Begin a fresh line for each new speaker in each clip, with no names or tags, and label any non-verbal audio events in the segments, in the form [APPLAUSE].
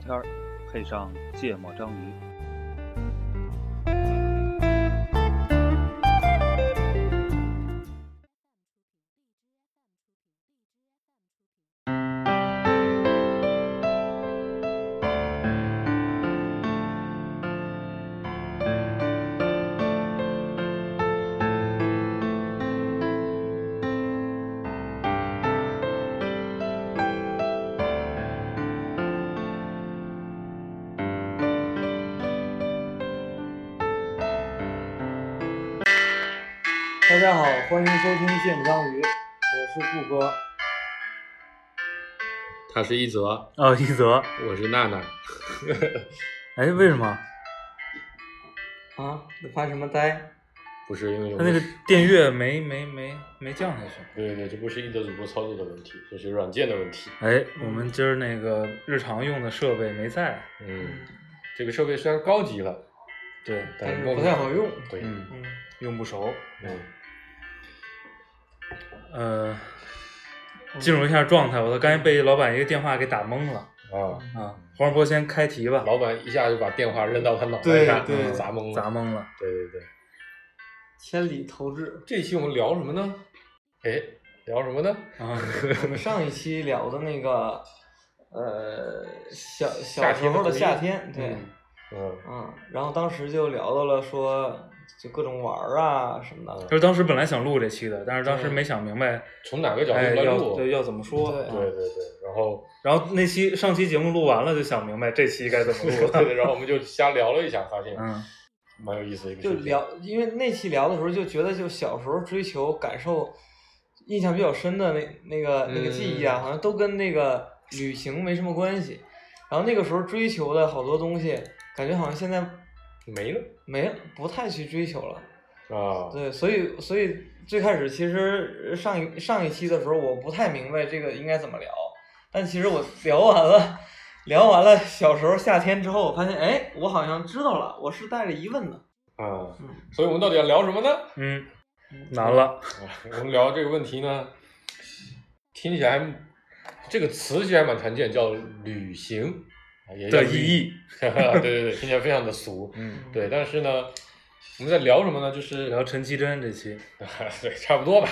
片儿，配上芥末章鱼。
大家好，欢迎收听《芥末章鱼》，我是顾哥。
他是一泽，
啊，一泽，
我是娜娜。
哎，为什么
啊，你发什么呆？
不是因为
啊
我
他那个电乐没没没没降下去？
对对对，这不是一泽主播操作的问题，这是软件的问题。嗯
哎，我
嗯
们今儿那个日常用的设备没在。
嗯，这个设备虽然高级了，
对，
但是
我们
不太好用
对，
嗯，
嗯，
用不熟。
嗯，
呃，进入一下状态，我都刚才被老板一个电话给打懵了
啊，
啊。黄世波先开题吧，
老板一下就把电话扔到他脑袋
对
上，嗯
对
砸懵了。
砸懵了。
对对对，
千里投掷。
这一期我们聊什么呢？哎，聊什么呢？ [LAUGHS]
啊，
我们上一期聊的那个，呃，小
夏
小时
天的
候的
回忆
夏天，对，
嗯，
嗯，然后当时就聊到了说，就各种玩儿啊什么的，
就是当时本来想录这期的，但是当时
对
没想明白，
从哪个角度
哎，
来
要
录？
对要怎么说？
对
对对对，然后
[LAUGHS]
然后那期上期节目录完了，就想明白这期该怎么录了。
[LAUGHS] 对，然后我们就瞎聊了一下，发现
嗯，
蛮有意思的一个
就
事情。
聊，因为那期聊的时候就觉得，就小时候追求、感受、印象比较深的那那个那个记忆啊，
嗯
好像都跟那个旅行没什么关系。然后那个时候追求的好多东西，感觉好像现在
没了
没不太去追求了。
啊，
对，所以所以最开始其实呃上一上一期的时候，我不太明白这个应该怎么聊，但其实我聊完了，聊完了小时候夏天之后，我发现哎，我好像知道了，我是带着疑问的。
啊
嗯，
所以我们到底要聊什么呢？
嗯，难了。
啊，我们聊这个问题呢，听起来这个词其实还蛮常见，叫旅行啊也叫
的
旅
意义。
[LAUGHS] 对对对，听起来非常的俗。
嗯，
对，但是呢，我们在聊什么呢？就是 [LAUGHS]
聊陈绮贞这期。
对，差不多吧。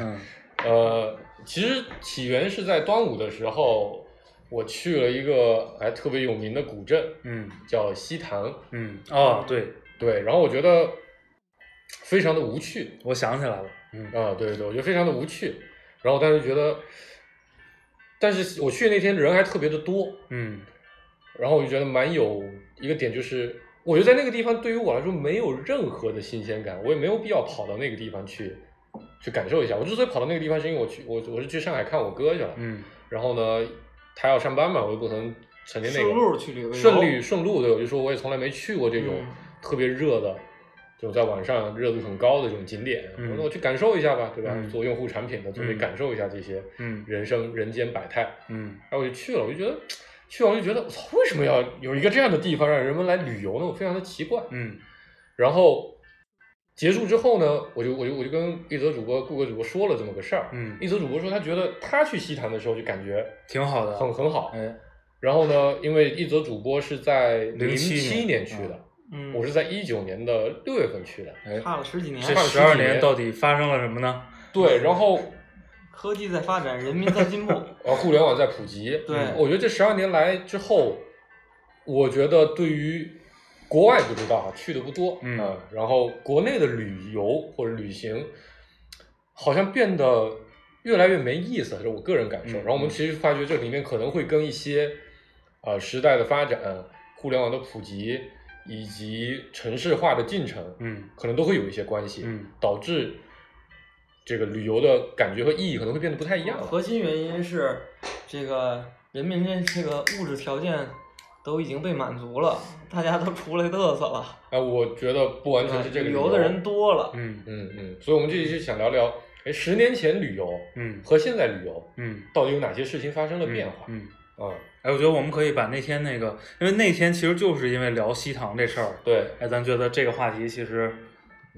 嗯
呃，其实起源是在端午的时候，我去了一个还特别有名的古镇，
嗯
叫西塘。
嗯，哦，对，
对，然后我觉得非常的无趣，
我想起来了。嗯
啊，对对对，我觉得非常的无趣。然后但是觉得，但是我去那天人还特别的多，
嗯
然后我就觉得蛮有一个点就是，我觉得在那个地方对于我来说没有任何的新鲜感，我也没有必要跑到那个地方去去感受一下。我之所以跑到那个地方，是因为我去我我是去上海看我哥去了，
嗯
然后呢他要上班嘛，我也不可能成天那
顺
个
路去旅个游，
顺
哦
路顺路对，我就说我也从来没去过这种
嗯
特别热的。就在晚上热度很高的这种景点，
嗯
我说我去感受一下吧，对吧？
嗯
做用户产品的，总得
嗯
感受一下这些
嗯
人生、人间百态。
嗯
然后我就去了，我就觉得去了，我就觉得我操，为什么要有一个这样的地方让人们来旅游呢？我非常的奇怪。
嗯
然后结束之后呢，我就我就我就跟一则主播、顾客主播说了这么个事儿。
嗯，
一则主播说他觉得他去西塘的时候就感觉
挺好的。
很很好。
哎，
然后呢，因为一则主播是在零
07
七
年
年去的，
嗯，
我是在一九年的六月份去的。
哎，
差了十几年，
是
这十二年到底发生了什么呢？
对，然后
科技在发展，人民在进步。
呃，互联网在普及。
对
嗯我觉得这十二年来之后，我觉得对于国外不知道啊，去的不多，
嗯
呃然后国内的旅游或者旅行，好像变得越来越没意思，这是我个人感受。
嗯
然后我们其实发觉这里面可能会跟一些呃时代的发展、互联网的普及以及城市化的进程，
嗯
可能都会有一些关系，
嗯
导致。这个旅游的感觉和意义可能会变得不太 [LAUGHS] 一样了。
核心原因是这个人民的这个物质条件都已经被满足了，大家都出来嘚瑟了，
哎，我觉得不完全是这个
旅
理
游的人，多了。
嗯
嗯嗯，所以我们这一期想聊聊，哎，十年前旅游
嗯
和现在旅游
嗯，
到底有哪些事情发生了变化？
嗯。
啊，
哎，我觉得我们可以把那天那个，因为那天其实就是因为聊西塘这事儿，
对，
哎，咱觉得这个话题其实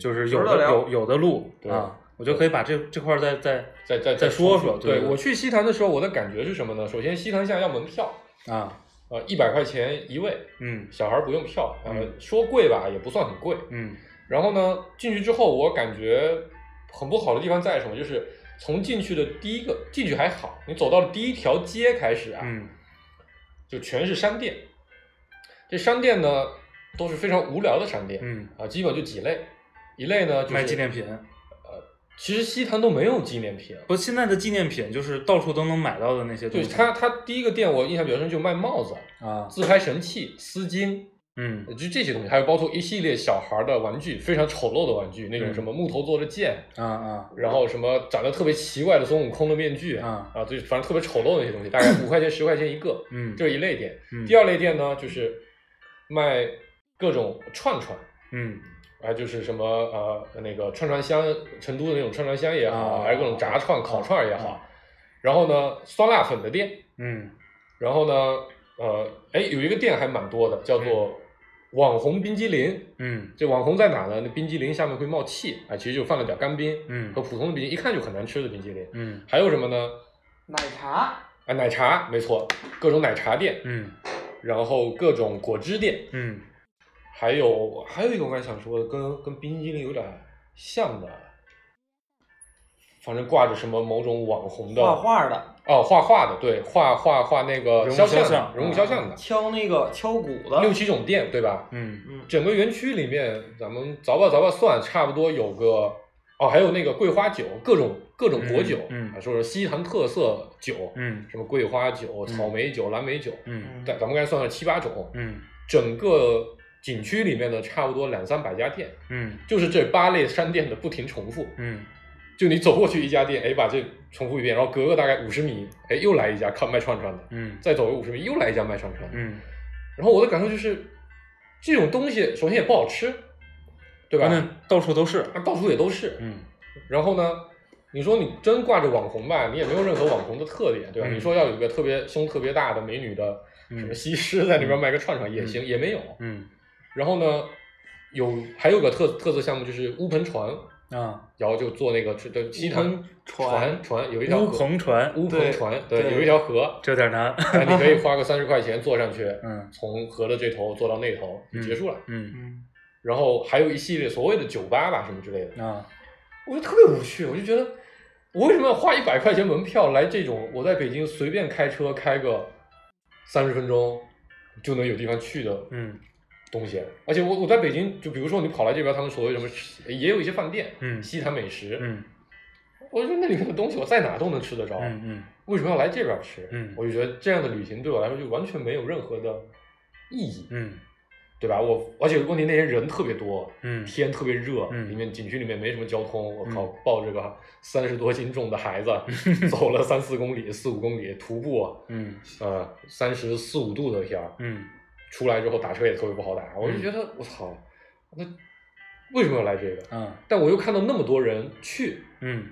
就是有
值得
的
聊
有有的录
对
啊，我觉得可以把这这块儿再再
再再
再
说
说说对
对
对
我去西塘的时候，我的感觉是什么呢？首先，西塘下要门票
啊，
啊、呃，一百块钱一位，
嗯
小孩儿不用票，呃，
嗯
说贵吧也不算很贵。
嗯
然后呢，进去之后我感觉很不好的地方在什么？就是从进去的第一个进去还好，你走到了第一条街开始啊，
嗯
就全是商店。这商店呢都是非常无聊的商店，
嗯，
啊，基本就几类，一类呢就是
卖纪念品。
其实西坛都没有纪念品，啊
不，现在的纪念品就是到处都能买到的那些东
对
西。
他他第一个店我印象比较深，就卖帽子、
啊，
自拍神器、丝巾，
嗯
就这些东西，还有包括一系列小孩的玩具，非常丑陋的玩具，那种
嗯
什么木头做的剑，
啊啊
然后什么长得特别奇怪的孙悟空的面具
啊
啊，对，反正特别丑陋的那些东西，大概五块钱十块钱一
[CLEARS THROAT]
个，
嗯，
这是一类店。
嗯
第二类店呢，就是卖各种串串。
嗯
啊，就是什么呃那个串串香，成都的那种串串香也好，
啊
还有各种炸串、烤串也好，
啊
然后呢酸辣粉的店，
嗯
然后呢呃哎有一个店还蛮多的，叫做网红冰激凌。
嗯
这网红在哪呢？那冰激凌下面会冒气啊，其实就放了点干冰
嗯
和普通的冰激凌，一看就很难吃的冰激凌。
嗯
还有什么呢？
奶茶，
啊，奶茶，没错，各种奶茶店，
嗯
然后各种果汁店，
嗯
还有还有一个我还想说的，跟跟冰激凌有点像的，反正挂着什么某种网红的
画画的，
哦，画画的，对，画画画那个
人物
肖
肖
像
像
的人物肖像的，
敲那个敲鼓的，
六七种店，对吧？
嗯
嗯，
整个园区里面，咱们凿吧凿吧算，差不多有个哦，还有那个桂花酒，各种各种果酒，
嗯嗯
啊说是西塘特色酒，
嗯
什么桂花酒、草莓酒、蓝莓酒，
嗯
咱咱们刚才算了七八种，
嗯
整个景区里面的差不多两三百家店。
嗯
就是这八类商店的不停重复。
嗯
就你走过去一家店，哎，把这重复一遍，然后隔个大概五十米，哎，又来一家看卖串串的，
嗯
再走个五十米，又来一家卖串串的。
嗯，
然后我的感受就是，这种东西首先也不好吃，对吧？
反正到处都是。
那到处也都是。
嗯
然后呢，你说你真挂着网红吧，你也没有任何网红的特点，对吧？
嗯
你说要有一个特别胸特别大的美女的什么
嗯
西施在那边卖个串串也行，也没有。
嗯
然后呢，有还有个特特色项目就是乌篷船。
啊，
然后就坐那个对西
乌
塘
篷船
船船有一条
乌
河，
篷船
乌
对
篷船对，
对
有一条河，
这点难。
哎你可以
[LAUGHS]
花个三十块钱坐上去，
嗯
从河的这头坐到那头就结束了。
嗯
嗯，
然后还有一系列所谓的酒吧吧什么之类的，
啊
我就特别无趣，我就觉得我为什么要花一百块钱门票来这种我在北京随便开车开个三十分钟就能有地方去的
嗯
东西？而且我我在北京，就比如说你跑来这边，他们所谓什么也有一些饭店，
嗯
西餐美食，
嗯
我就说那里面的东西我在哪都能吃得着，
嗯嗯
为什么要来这边吃？
嗯
我就觉得这样的旅行对我来说就完全没有任何的意义，
嗯
对吧？我而且问题那些人特别多，
嗯
天特别热，
嗯
里面景区里面没什么交通，我
嗯
靠，抱着个三十多斤重的
[LAUGHS]
孩子、走了三四公里、四五公里徒步，
嗯
呃，三十四五度的天儿，
嗯
出来之后打车也特别不好打，我就
嗯
觉得我操，那为什么要来这个？
啊
但我又看到那么多人去，
嗯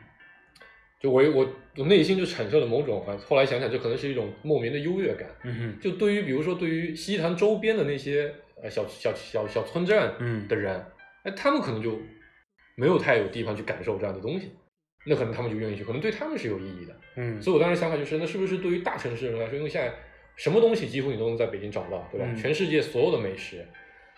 就我我我内心就产生了某种啊，后来想想，这可能是一种莫名的优越感。
嗯
就对于比如说对于西坛周边的那些呃小小小小村镇
嗯
的人，哎，他们可能就没有太有地方去感受这样的东西，那可能他们就愿意去，可能对他们是有意义的。
嗯，
所以我当时想法就是，那是不是对于大城市人来说，因为现在什么东西几乎你都能在北京找到，对吧？
嗯
全世界所有的美食，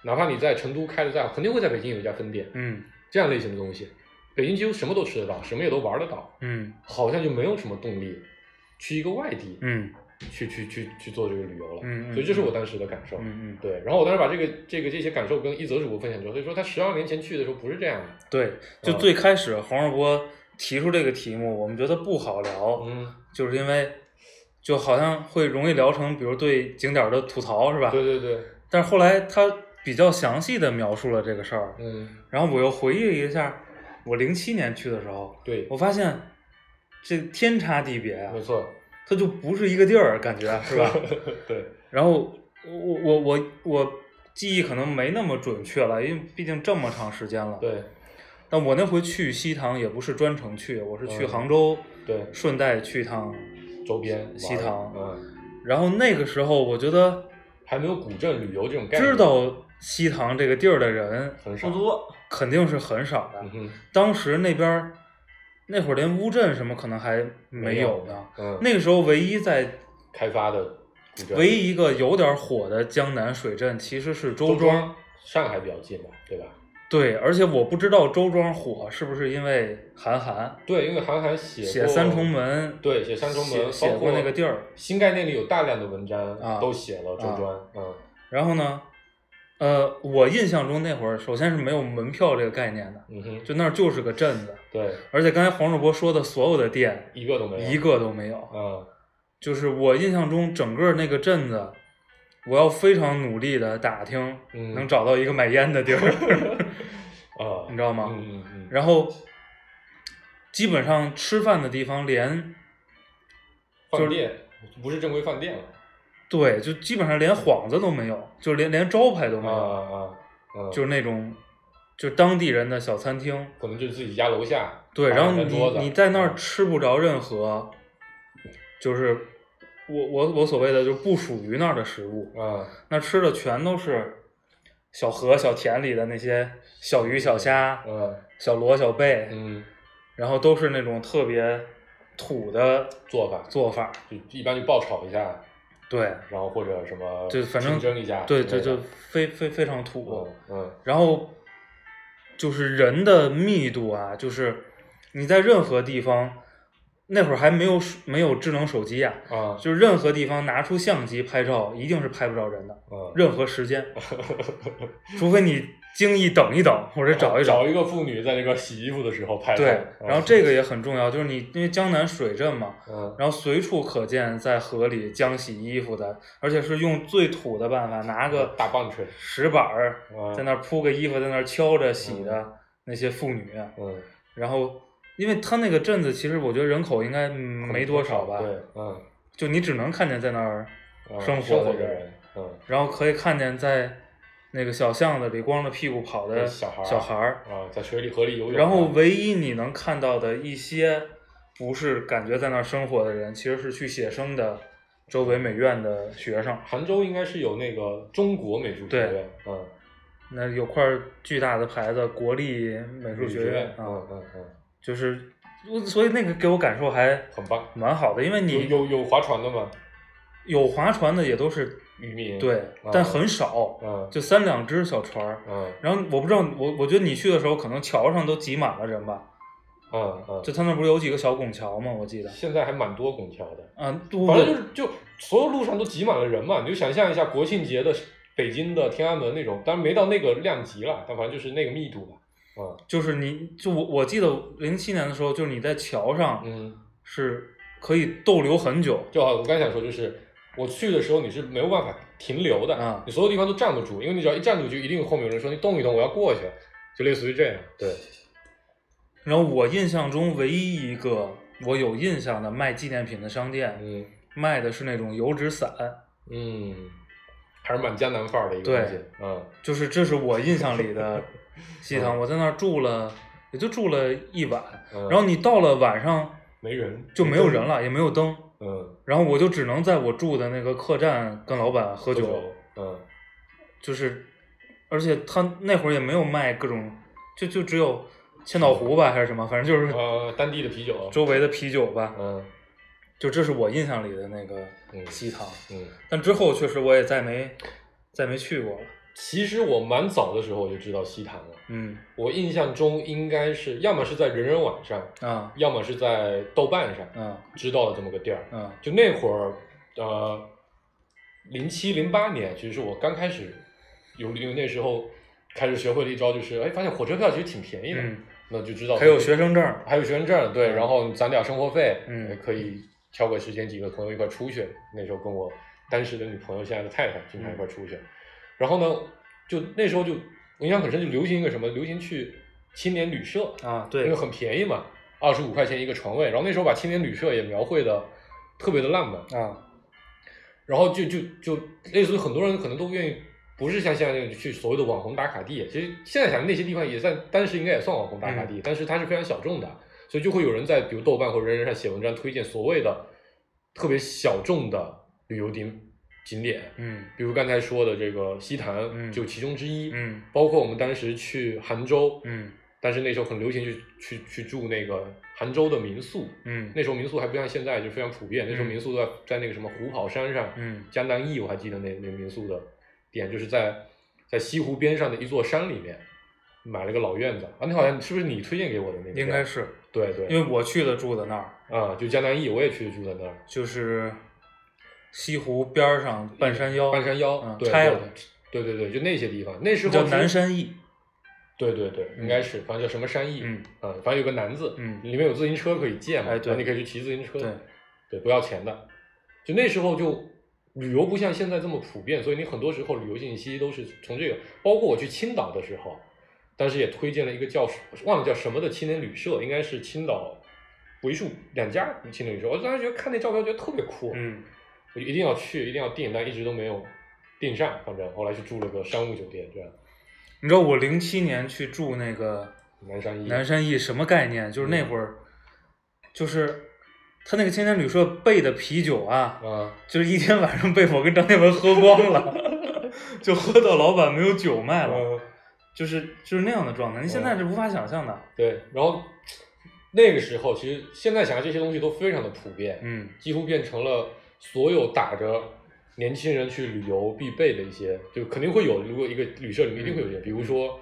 哪怕你在成都开的再好，肯定会在北京有一家分店，
嗯
这样类型的东西，北京几乎什么都吃得到，什么也都玩得到。
嗯
好像就没有什么动力去一个外地
嗯
去、去去去做这个旅游了。
嗯嗯
所以这是我当时的感受。
嗯嗯，
对，然后我当时把这个这个这些感受跟一泽主播分享之后，他就说他十二年前去的时候不是这样的。
对，就最开始黄世波提出这个题目，我们觉得不好聊，
嗯，
就是因为就好像会容易聊成，比如对景点的吐槽是吧？
对。对对，
但是后来他比较详细的描述了这个事儿，
嗯，
然后我又回忆了一下，我零七年去的时候，
对，
我发现这天差地别啊
没，错，
它就不是一个地儿，感觉是
[LAUGHS]
吧？
对，
然后我我我我记忆可能没那么准确了，因为毕竟这么长时间了。。
对
但我那回去西塘也不是专程去，我是去
嗯
杭州，
对，
顺带去一趟。
周边
西塘
玩儿嗯，
然后那个时候，我觉得
还没有古镇旅游这种概念，
知道西塘这个地儿的人
很少
不。多，
肯定是很少的。
嗯哼，
当时那边儿那会儿连乌镇什么可能还没有呢。
嗯，
那个时候唯一在
开发的古镇
唯一一个有点火的江南水镇其实是周
周
庄，
庄上海比较近吧，对吧？
对，而且我不知道周庄火是不是因为韩寒
对，因为韩寒写
写
过
《三重门》，
对，写三重门，
写写
包括
过那个地儿。
新概念里有大量的文章
啊
都写了周庄，嗯，
然后呢，呃，我印象中那会儿首先是没有门票这个概念的，
嗯哼，
就那儿就是个镇子，
对，
而且刚才黄主播说的所有的店
一个都没有，
一，个都没有，
嗯，
就是我印象中整个那个镇子，我要非常努力的打听，
嗯
能找到一个买烟的地
[LAUGHS]
儿，
啊，
你知道吗？
嗯嗯嗯，
然后基本上吃饭的地方连
饭店不是正规饭店了，
对，就基本上连幌子都没有，就连连招牌都没
啊
有，
啊啊，
就是那种就当地人的小餐厅。
可能就是自己家楼下，
对，
摆
然后
两张桌子嗯
你你在那儿吃不着任何，就是我我我所谓的就不属于那儿的食物，
嗯，
那吃的全都是小河、小田里的那些小鱼、小虾、
嗯
小螺、小贝，
嗯，
然后都是那种特别土的
做法
做法。
就一般就爆炒一下，
对，
然后或者什么，
就反正
蒸一下之
对
类的，
对，就非非非常土。
嗯嗯
然后就是人的密度啊，就是你在任何地方，那会儿还没有手没有智能手机呀、
啊
就是任何地方拿出相机拍照，一定是拍不着人的，
嗯，
任何
[LAUGHS]
时间，除非你精一等一等，或者找一
哦找一个妇女在那个洗衣服的时候拍的，
对，
嗯
然后这个也很重要，就是你因为江南水镇嘛，
嗯
然后随处可见在河里浆洗衣服的，而且是用最土的办法，拿个
嗯大棒槌，
石板儿
嗯
在那儿铺个衣服，在那儿敲着洗的那些妇女，啊
嗯，
然后因为他那个镇子其实我觉得人口应该
嗯
没多少吧，
对，嗯，
就你只能看见在那儿，
嗯
生活
活
的
的
人
人，嗯
然后可以看见在那个小巷子里光着屁股跑的
小孩儿
小孩儿，
啊，在水里河里游泳啊，
然后唯一你能看到的一些不是感觉在那儿生活的人，其实是去写生的周围美院的学生。
杭州应该是有那个中国美术学
对
院，嗯，
那有块巨大的牌子“国立美术
美术
学院”啊、
嗯嗯嗯，
就是我，所以那个给我感受还
很棒。
蛮好的，因为
有
你
有有划船的吗？
有划船的也都是
渔民，
对，
嗯
但很少，
嗯
就三两只小船儿。
嗯
然后我不知道，我我觉得你去的时候，可能桥上都挤满了人吧。
嗯嗯，
就他那不是有几个小拱桥吗？我记得，
现在还蛮多拱桥的，
嗯、我
反正就是就所有路上都挤满了人嘛，你就想象一下国庆节的北京的天安门那种，当然没到那个量级了，但反正就是那个密度吧。嗯
就是你就我我记得零七年的时候，就是你在桥上
嗯，
是可以逗留很久，
就好，我刚想说就是。我去的时候你是没有办法停留的，
嗯
你所有地方都站不住，因为你只要一站住就一定有后面有人说你动一动，我要过去，就类似于这样。对，
然后我印象中唯一一个我有印象的卖纪念品的商店，
嗯
卖的是那种油纸伞，
嗯，还是蛮江南范儿的一个
对
东西。嗯
就是这是我印象里的 [LAUGHS] 西塘。我在那儿住了，也就住了一晚。
嗯，
然后你到了晚上
没人
就没有人，了，也没有灯，
嗯，
然后我就只能在我住的那个客栈跟老板喝
喝
酒，
酒，嗯
就是，而且他那会儿也没有卖各种，就就只有千岛湖吧还是什么，反正就是
呃，当地的啤酒，
周围的啤酒吧。
嗯
就这是我印象里的那个
嗯
西塘，
嗯，
但之后确实我也再没再没去过了。
其实我蛮早的时候我就知道西塘了，
嗯
我印象中应该是要么是在人人网上，
啊
要么是在豆瓣上
嗯
知道了这么个地儿。
嗯
就那会儿，呃，零七零八年，其实是我刚开始有有那时候开始学会了一招，就是哎，发现火车票其实挺便宜的，
嗯，
那就知道
还有学生证，
还有学生证，对，
嗯
然后攒点生活费，
嗯
也可以挑个时间几个朋友一块出去。那时候跟我当时的女朋友，现在的太太，经常一
嗯
块出去。然后呢，就那时候就我印象很深，就流行一个什么，流行去青年旅社，
啊，
因
对
为，很便宜嘛，二十五块钱一个床位。然后那时候把青年旅社也描绘的特别的浪漫，
啊，
然后就就就类似于很多人可能都愿意。不是像现在那种去所谓的网红打卡地，其实现在想那些地方也算，当时应该也算网红打卡
嗯
地，但是它是非常小众的，所以就会有人在比如豆瓣或者人人上写文章推荐所谓的特别小众的旅游景景点，
嗯
比如刚才说的这个西
嗯
坛就其中之一，
嗯
包括我们当时去杭州，
嗯
但是那时候很流行去去去住那个杭州的民宿，
嗯
那时候民宿还不像现在就非常普遍，那时候
嗯
民宿在在那个什么虎跑山上，
嗯
江南驿我还记得那那民宿的店，就是在在西湖边上的一座山里面买了个老院子啊，那好像是不是你推荐给我的那个店？
应该是，
对对，
因为我去的住的那儿，
啊，就江南驿我也去住在那儿，
就是西湖边儿上半山腰，
半山腰，
嗯
对
拆
对
了
对对对，就那些地方，那时候
叫
是
南山驿，
对对对，
嗯
应该是，反正叫什么山驿，
嗯
呃，反正有个南字，
嗯
里面有自行车可以借嘛，
哎对
然后你可以去骑自行车，
对，
对，不要钱的。就那时候就旅游不像现在这么普遍，所以你很多时候旅游信息都是从这个，包括我去青岛的时候，当时也推荐了一个叫忘了叫什么的青年旅社，应该是青岛为数两家青年旅社，我当时觉得看那照片觉得特别酷，
嗯
我就一定要去，一定要订，但一直都没有订上，反正后来去住了个商务酒店，这样
你知道我零七年去住那个
南山一，
南山驿什么概念？就是那会儿，就是他那个青年旅社备的啤酒啊，
啊。
就是一天晚上被我跟张天文喝光了， [LAUGHS] 就喝到老板没有酒卖了，
嗯
就是就是那样的状态，你现在是无法想象的。
对，然后那个时候，其实现在想想这些东西都非常的普遍，
嗯
几乎变成了所有打着年轻人去旅游必备的一些，就肯定会有。如果一个旅社里面一定会有一些，比如说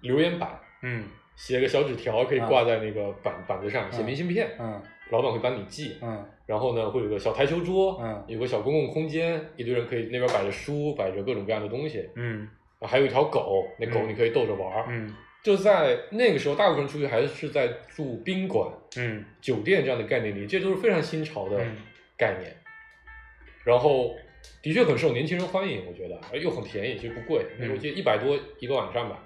留言板，
嗯
写个小纸条可以
啊
挂在那个板、板子上，写明信片，
嗯
老板会帮你寄。
嗯
然后呢，会有个小台球桌，
嗯
有个小公共空间，一堆人可以那边摆着书，摆着各种各样的东西，
嗯
还有一条狗，那狗
嗯
你可以逗着玩儿，
嗯
就在那个时候，大部分人出去还是在住宾馆、
嗯
酒店这样的概念里，这都是非常新潮的
嗯
概念。然后的确很受年轻人欢迎，我觉得而又很便宜，其实不贵，那时候记得一百多一个晚上吧。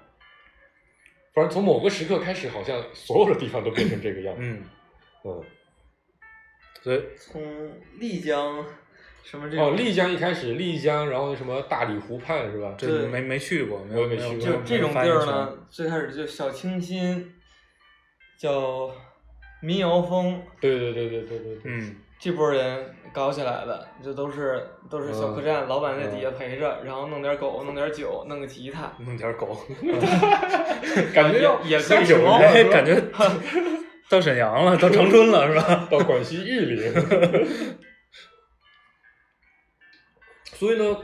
反正从某个时刻开始，好像所有的地方都变成这个样子。
嗯，
嗯，
所以
从丽江什么这
哦，
种，
丽江一开始，丽江，然后什么大理湖畔是吧？
这
对
没没去过，没
我
有
也没
有
去过
没
就
有
这种地
发言
儿
权？
呢，最开始就小清新，叫民谣风，
对对对对对对
[LAUGHS]
对。
嗯
这波人搞起来的，这都是都是
嗯
小客栈，老板在底下陪着，然后弄点狗，弄点酒，弄个吉他，
弄点狗，
感觉要
也也可
下
以
手
是猫
了
哎，感觉到沈阳了，到长春了是吧？
到广西玉林。所以呢，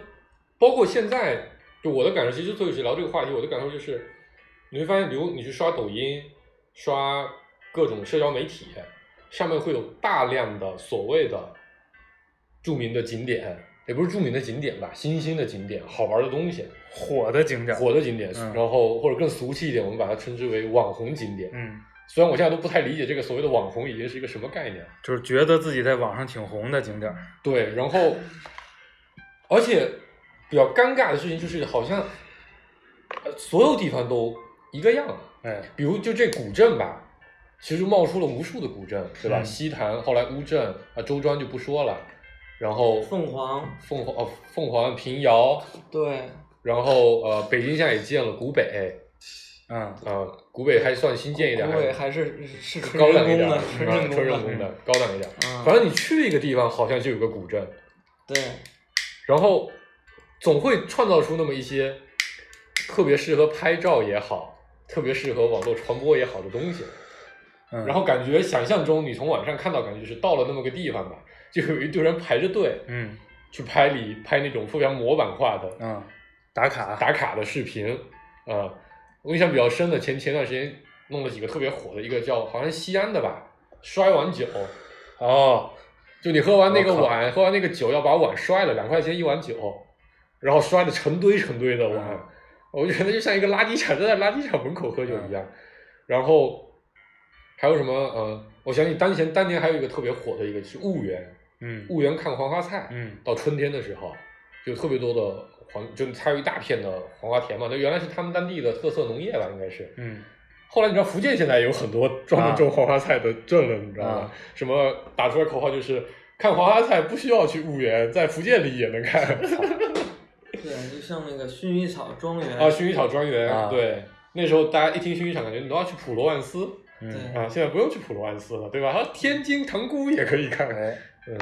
包括现在，就我的感受，其实就是聊这个话题，我的感受就是，你会发现，比如你去刷抖音、刷各种社交媒体，上面会有大量的所谓的著名的景点，也不是著名的景点吧，新兴的景点、好玩的东西、
火的景点，
火的景点，
嗯
然后或者更俗气一点，我们把它称之为网红景点。
嗯，
虽然我现在都不太理解这个所谓的网红已经是一个什么概念。
就是觉得自己在网上挺红的景点，
对，然后，而且比较尴尬的事情就是，好像呃所有地方都一个样了。
哎，
比如就这古镇吧，其实冒出了无数的古镇，对吧？
嗯
西坛，后来乌镇啊，周庄就不说了，然后
凤凰，
凤凰哦，凤凰平遥，
对，
然后呃，北京现在也建了古北
嗯
啊、古北还算新建一点，
古北还是是纯
高
人
档一
工
点，
的
啊，
纯人
纯人
工
工
的，
的，高档一点。
嗯
反正你去一个地方，好像就有个古镇。
对，
然后总会创造出那么一些特别适合拍照也好，特别适合网络传播也好的东西。
嗯，
然后感觉想象中，你从网上看到，感觉就是到了那么个地方吧，就有一堆人排着队
嗯
去拍里拍那种非常模板化的
嗯，打卡，
打卡的视频啊、呃我印象比较深的前前段时间弄了几个特别火的，一个叫好像西安的吧，摔碗酒。
哦，
就你喝完那个
我靠
碗，喝完那个酒，要把碗摔了，两块钱一碗酒，然后摔的成堆成堆的碗，
嗯
我就觉得就像一个垃圾场，就在垃圾场门口喝酒
嗯
一样。然后还有什么？呃，我想起当前当年还有一个特别火的一个是婺源，
嗯
婺源看黄花菜，
嗯
到春天的时候就特别多的黄，就它有一大片的黄花田嘛，那原来是他们当地的特色农业吧，应该是。
嗯
后来你知道福建现在有很多专门种黄花菜的镇了，你知道吗
啊？
什么打出来口号就是看黄花菜不需要去婺源，在福建里也能看
啊
对，就像那个薰衣草庄园
啊，薰衣草庄园。
啊
对，那时候大家一听薰衣草，感觉你都要去普罗旺斯
嗯，
啊，现在不用去普罗旺斯了，对吧？还有天津塘沽也可以看。
哎，
嗯，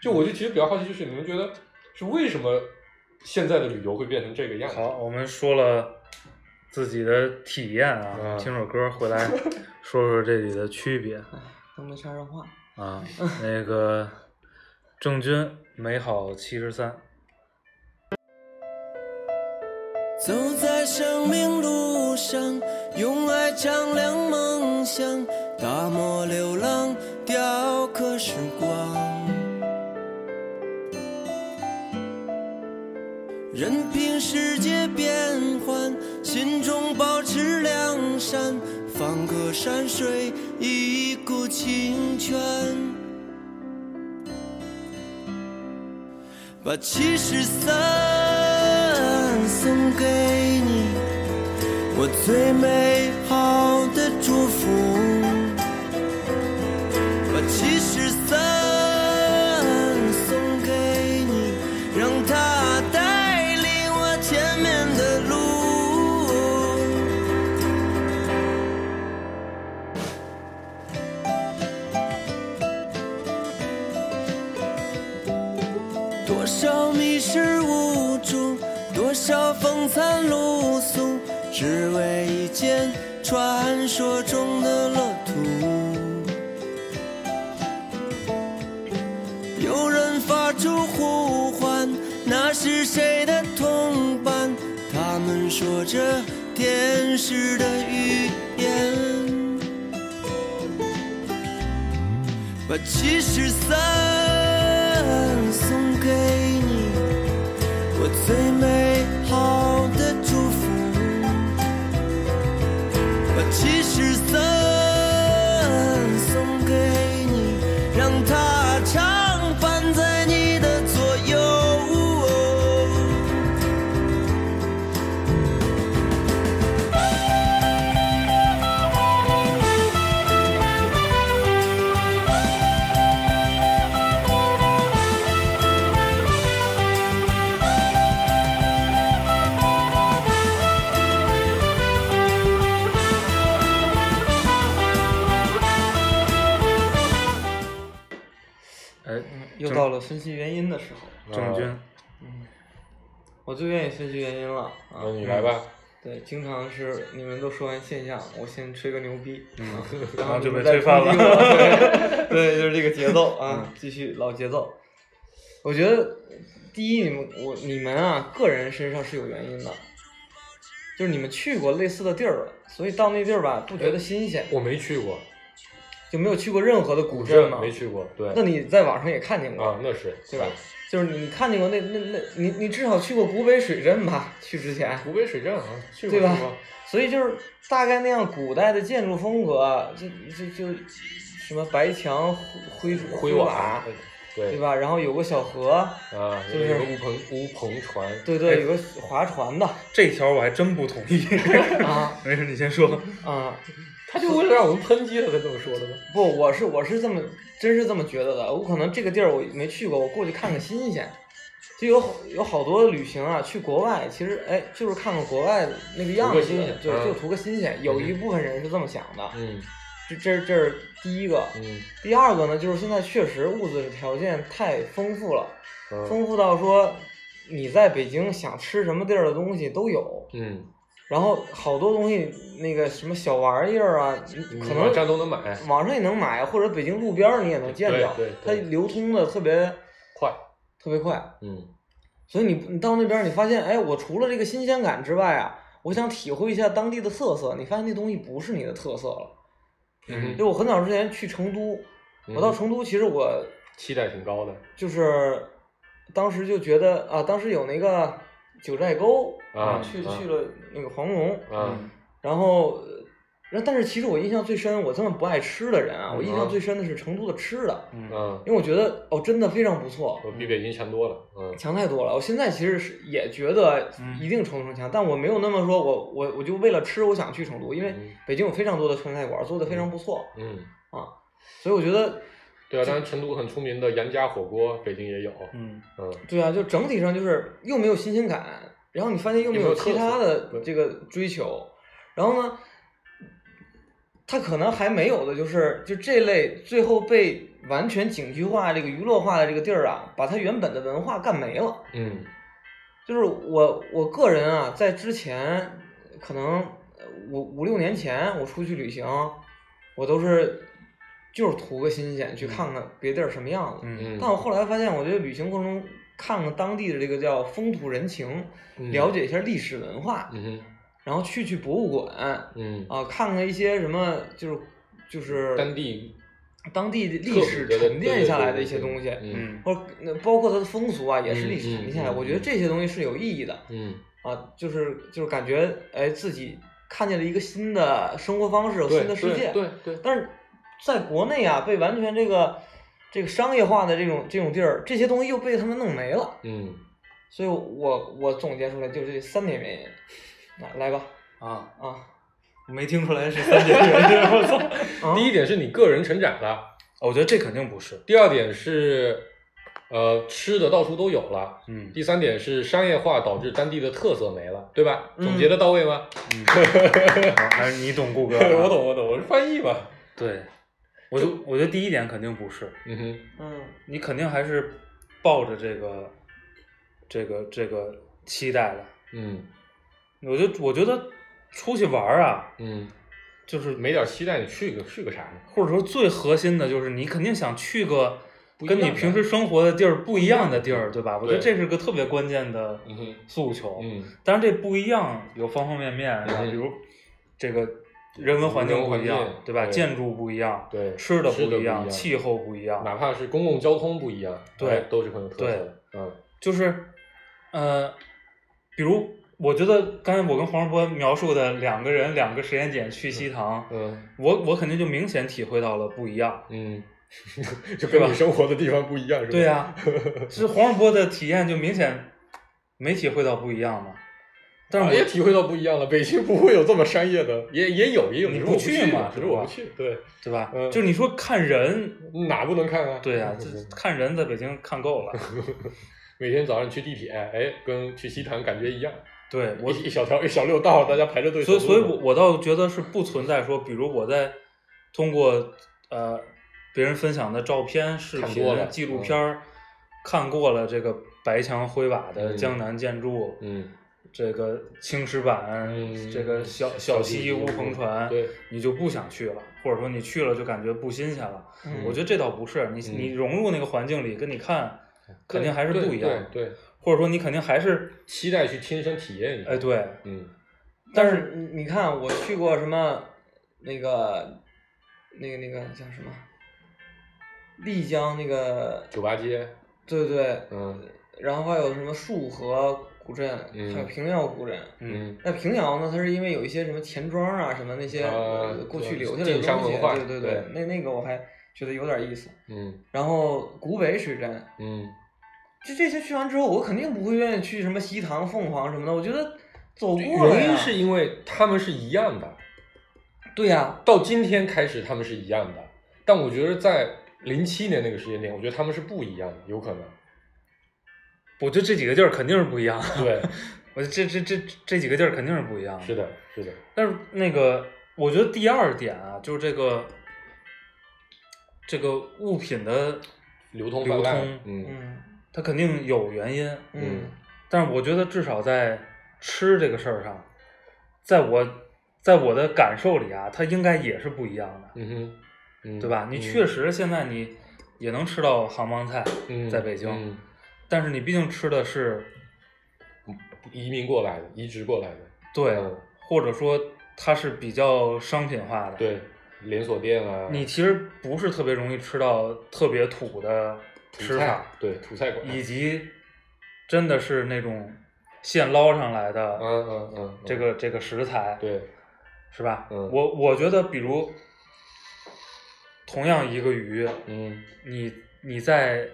就我就其实比较好奇，就是你们觉得
哎
是为什么现在的旅游会变成这个样子？
好，我们说了自己的体验啊，
嗯
听首歌回 [LAUGHS] 来说说这里的区别 [LAUGHS]
都没插上话。
啊。那个郑钧《美好七十三》，
走在生命路上，用爱丈量梦想，打磨流浪，雕刻时光。任凭世界变幻，心中保持良善，放歌山水一股清泉，把七十三送给你，我最美好的祝福。把七十三送给你，让它带领我前面的路。多少迷失无助，多少风餐露宿，只为一件传说中的乐土。有人发出呼唤，那是谁的同伴？他们说着天使的语言，把七十三送给你，我最美好的祝福。把七十三送给你，让它常伴在你的左右。
哎，
嗯又
郑
到了分析原因的时候，
啊
郑钧，
我最愿意分析原因了啊
那。你来吧，
对，经常是你们都说完现象，我先吹个牛逼，嗯，然
后
后
就
你们
被
再
吹翻
抨击
了
我 [LAUGHS] 对对，就是这个节奏啊，继续老节奏。我觉得第一，你们我你们啊，个人身上是有原因的，就是你们去过类似的地儿了，所以到那地儿吧，不觉得新鲜，
我没去过，
就没有去过任何的古
古
镇
镇
嘛。
没去过，对，
那你在网上也看见过
啊，那是
对吧？就是你看见过那那那，你你至少去过古北水镇吧？去之前，
湖北水镇啊，去过
对吧
去过
所以就是大概那样古代的建筑风格啊，就就就什么白墙灰
灰
瓦，
对
对？吧？然后有个小河，
啊，
就
有
是
个乌篷乌篷船，
对
哎
对，有个划船的
这条我还真不同 [LAUGHS] 意。
啊
没事，你先说。
啊！
他就为了让我们抨击他才这么说的吗？
不，我是我是这么真是这么觉得的。我可能这个地儿我没去过，我过去看看新鲜。就有好有好多旅行啊，去国外，其实哎，就是看看国外的那个样
图个
子
新鲜，
对，
嗯
就图个新鲜。有一部分人是这么想的，
嗯
这这这是第一个。
嗯，
第二个呢，就是现在确实物质条件太丰富了，
嗯
丰富到说你在北京想吃什么地儿的东西都有，
嗯，
然后好多东西那个什么小玩意儿啊，你可能
网站都能买，
网上也能买，或者北京路边儿你也能见到
对对，
它
对
流通的特别
快，
特别快，
嗯
所以你你到那边儿你发现，哎，我除了这个新鲜感之外啊，我想体会一下当地的特色，你发现那东西不是你的特色了。
嗯
就我很早之前去成都，
嗯
我到成都其实我
期待挺高的
就是当时就觉得啊，当时有那个九寨沟
啊
去
啊
去了那个黄龙，
啊，
嗯
然后，呃然后但是其实我印象最深，我这么不爱吃的人啊，我印
嗯啊
象最深的是成都的吃的，
嗯，
嗯，
因为我觉得哦，真的非常不错，
我呃比北京强多了，嗯
强太多了。我现在其实是也觉得
嗯
一定程度上强，但我没有那么说我我我就为了吃我想去成都，因为
嗯
北京有非常多的川菜馆做的非常不错，
嗯，
所以我觉得
对啊，当然成都很出名的杨家火锅，北京也有，
嗯，
嗯
对啊，就整体上就是又没有新鲜感，然后你发现又没
也没有特
其他
色
的
对
这个追求，然后呢，他可能还没有的就是，就这类最后被完全景区化、这个娱乐化的这个地儿啊，把它原本的文化干没了。
嗯
就是我我个人啊，在之前可能呃五五六年前我出去旅行，我都是就是图个新鲜，去看看别地儿什么样子。
嗯
嗯，
但我后来发现，我觉得旅行过程中看看当地的这个叫风土人情，了解一下历史文化，
嗯哼
然后去去博物馆啊、
嗯，
看看一些什么就是就是
当地
当地的
特
历
有
史
的
沉淀下来的
对对对
一些
对
东西，
嗯
嗯
或者那包括它的风俗啊，也是历史
嗯嗯
沉淀下来。
嗯
我觉得这些东西是有意义的
嗯，
啊，就是就是感觉哎自己看见了一个新的生活方式，
对
新的世界。
对对对，
但是在国内啊，被完全这个这个商业化的这种这种地儿，这些东西又被他们弄没了。
嗯
所以我我总结出来就是这三点原因。来来吧，
啊，
啊，
我没听出来是三点原 [LAUGHS] 因，我操！
啊
第一点是你个人成长了，
我觉得这肯定不是，
第二点是呃吃的到处都有了。
嗯
第三点是商业化导致当地的特色没了，对吧？
嗯
总结的到位
[LAUGHS]
吗？
嗯，好还是你懂顾哥，
[LAUGHS] 我。懂，我懂，我是翻译嘛。
啊对，我就我觉得第一点肯定不是，
嗯哼，
嗯
你肯定还是抱着这个这个这个期待的。
嗯
我就我觉得出去玩儿啊，
嗯，
就是
没点期待，你去个去个啥呢？
或者说最核心的就是你肯定想去个
不一
跟
样
你
的
平时生活的地儿不一样的地儿，对吧？我觉得
对
这是个特别关键的
嗯哼，
诉求。
嗯，
当然这不一样有方方面面，是吧？
嗯
比如这个人文环境不一
人文
样
环境，
对吧？
对
建筑不一样，
对，
吃的不一
样，
样，气候不一样，
哪怕是公共交通不一样，
对
哎都是很有特色的。嗯
就是，呃，比如我觉得刚才我跟黄世波描述的两个人两个时间点去西塘，
嗯
我我肯定就明显体会到了不一样。
嗯，就跟你生活的地方不一样，是吧？
对啊
[LAUGHS]
呀、是黄世波的体验就明显没体会到不一样嘛。但
啊，
是
也
我、
体会到不一样了。北京不会有这么商业的，也也有也有，
你
只是
不
我不
去嘛
只
是
是我
吧
不去。对，
对吧？
嗯
就是你说看人，
哪不能看啊？
对
[LAUGHS]
呀、这看人在北京看够了。
每天早上去地铁，哎，跟去西塘感觉一样。
对我
我一小条一小溜道，大家排着队走
所
路。
以，所以我我倒觉得是不存在说，比如我在通过呃别人分享的照片、视
看
频
多了、嗯
纪录片儿、看过了这个白墙灰瓦的
嗯
江南建筑，
嗯
这个青石板，
嗯
这个小
小
溪
溪
乌篷船，
对，
你就不想去了，或者说你去了就感觉不新鲜了。
嗯，
我觉得这倒不是，你
嗯
你融入那个环境里，跟你看肯定还是
对
不一样的，
对，对，
或者说你肯定还是
期待去亲身体验一下。
哎对，
嗯
但是你你看，我去过什么那个那个那个叫什么丽江那个，
酒吧街，
对对，
嗯
然后还有什么束河古镇，
嗯
还有平遥古镇。
嗯
那平遥呢？它是因为有一些什么钱庄啊什么那些、
啊
呃过去
对
留下来的
晋商
东西，
文化
对对
对
那那个我还觉得有点意思。
嗯
然后古北水镇，
嗯，
就这些去完之后，我肯定不会愿意去什么西塘、凤凰什么的。我觉得走过
啊
了
原
呀
因是因为他们是一样的，
对呀、
到今天开始他们是一样的，但我觉得在零七年那个时间点，我觉得他们是不一样的，有可能。
我觉得这几个地儿肯定是不一样。 [LAUGHS]
对，
我这这这这几个地儿肯定是不一样的。
是的，是的，
但是那个，我觉得第二点啊，就是这个这个物品的，
流通
流
泛滥
通，
嗯
嗯
它肯定有原因。
嗯
但是我觉得至少在吃这个事儿上，在我在我的感受里啊，它应该也是不一样的，
嗯哼，嗯
对吧？你
嗯
确实现在你也能吃到杭帮菜，
嗯
在北京
嗯
但是你毕竟吃的是
移民过来的，移植过来的，
对，
嗯
或者说它是比较商品化的，
对，连锁店啊，
你其实不是特别容易吃到特别土的
土
吃
菜
法，，
对，土菜馆，
以及真的是那种现捞上来
嗯
的
嗯嗯嗯，
这个这个食材，
对，
是吧？
嗯
我我觉得，比如同样一个鱼，
嗯
你你在，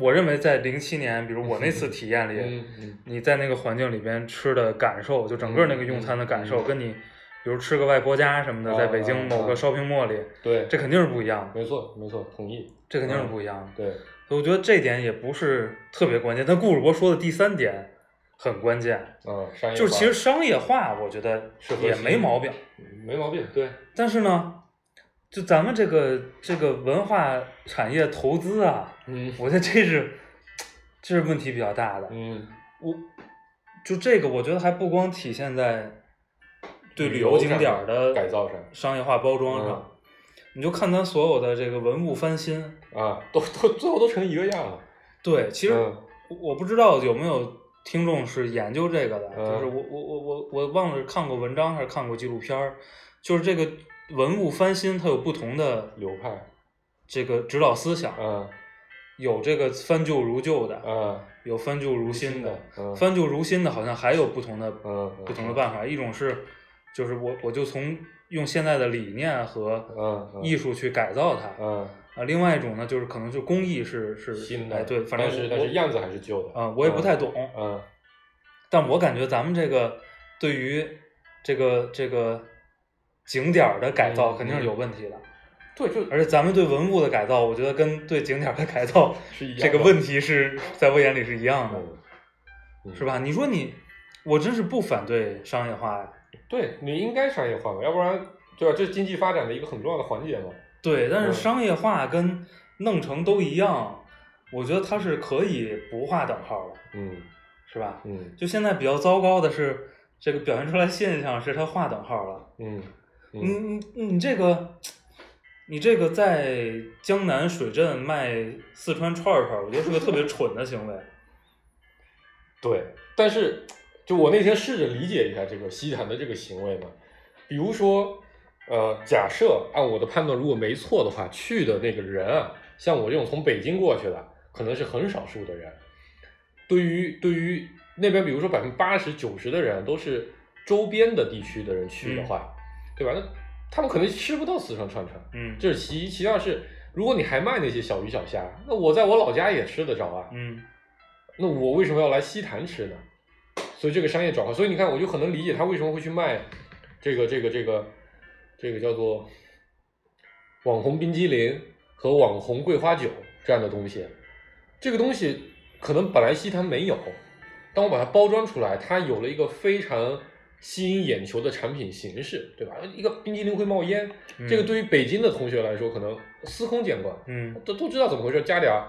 我认为在零七年，比如我那次体验里，
嗯嗯
你在那个环境里边吃的感受，就整个那个用餐的感受，
嗯嗯嗯
跟你比如吃个外婆家什么的，
啊
在北京某
啊
个 shopping mall 里，
对，
这肯定是不一样的，
没错没错，同意，
这肯定
嗯
是不一样的。
对，
所以我觉得这点也不是特别关键。但顾世博说的第三点很关键，
嗯，商业
就是
化
其实商业化，我觉得
是核
也
心
没毛病。
没毛病，对，
但是呢，就咱们这个这个文化产业投资啊，
嗯
我觉得这是这是问题比较大的。
嗯
我就这个，我觉得还不光体现在对旅
旅
游
游
景
上
点儿的
改造上
商业化包装
嗯
上，你就看咱所有的这个文物翻新，
啊，都都最后都成一个样了。
对，其实
嗯
我我不知道有没有听众是研究这个的，
嗯
就是我我我我我忘了是看过文章还是看过纪录片儿，就是这个文物翻新它有不同的
流派，
这个指导思想，
嗯
有这个翻旧如旧的，
嗯
有翻旧如新的，
嗯
翻旧如新的好像还有不同的
嗯，
不同的办法，一种是就是我我就从用现在的理念和
嗯嗯
艺术去改造它，
嗯，
啊，另外一种呢，就是可能就工艺是是
新
哎
的
对，反正
但是
我
但是样子还是旧的
啊、我也不太懂，
嗯
但我感觉咱们这个对于这个这个景点儿的改造
嗯
肯定是有问题的，
对，就
而且咱们对文物的改造，我觉得跟对景点儿的改造
是一样
这个
的
问题是在我眼里是一样的，
嗯嗯
是吧？你说你，我真是不反对商业化呀，
对你应该商业化嘛，要不然对吧？这是经济发展的一个很重要的环节嘛。
对，但是
嗯
商业化跟弄成都一样，我觉得它是可以不划等号的，
嗯
是吧？
嗯
就现在比较糟糕的是，这个表现出来现象是它划等号了。
嗯
你你你这个，你这个在江南水镇卖四川串儿串儿，我觉得是个特别蠢的行 [LAUGHS] 为。
对，但是就我那天试着理解一下这个西坦的这个行为嘛，比如说，呃，假设按我的判断，如果没错的话，去的那个人啊，像我这种从北京过去的，可能是很少数的人。对于对于那边，比如说百分之八十九十的人都是周边的地区的人去的话，对吧？那他们可能吃不到四川串串，
嗯，
这是其一。其二是，如果你还卖那些小鱼小虾，那我在我老家也吃得着啊。
嗯
那我为什么要来西坛吃呢？所以这个商业转化，所以你看，我就很能理解他为什么会去卖这个这个这个这个叫做网红冰激凌和网红桂花酒这样的东西。这个东西可能本来西坛没有，但我把它包装出来，它有了一个非常吸引眼球的产品形式，对吧？一个冰激凌会冒烟，
嗯
这个对于北京的同学来说可能司空见惯，
嗯
都都知道怎么回事，加点儿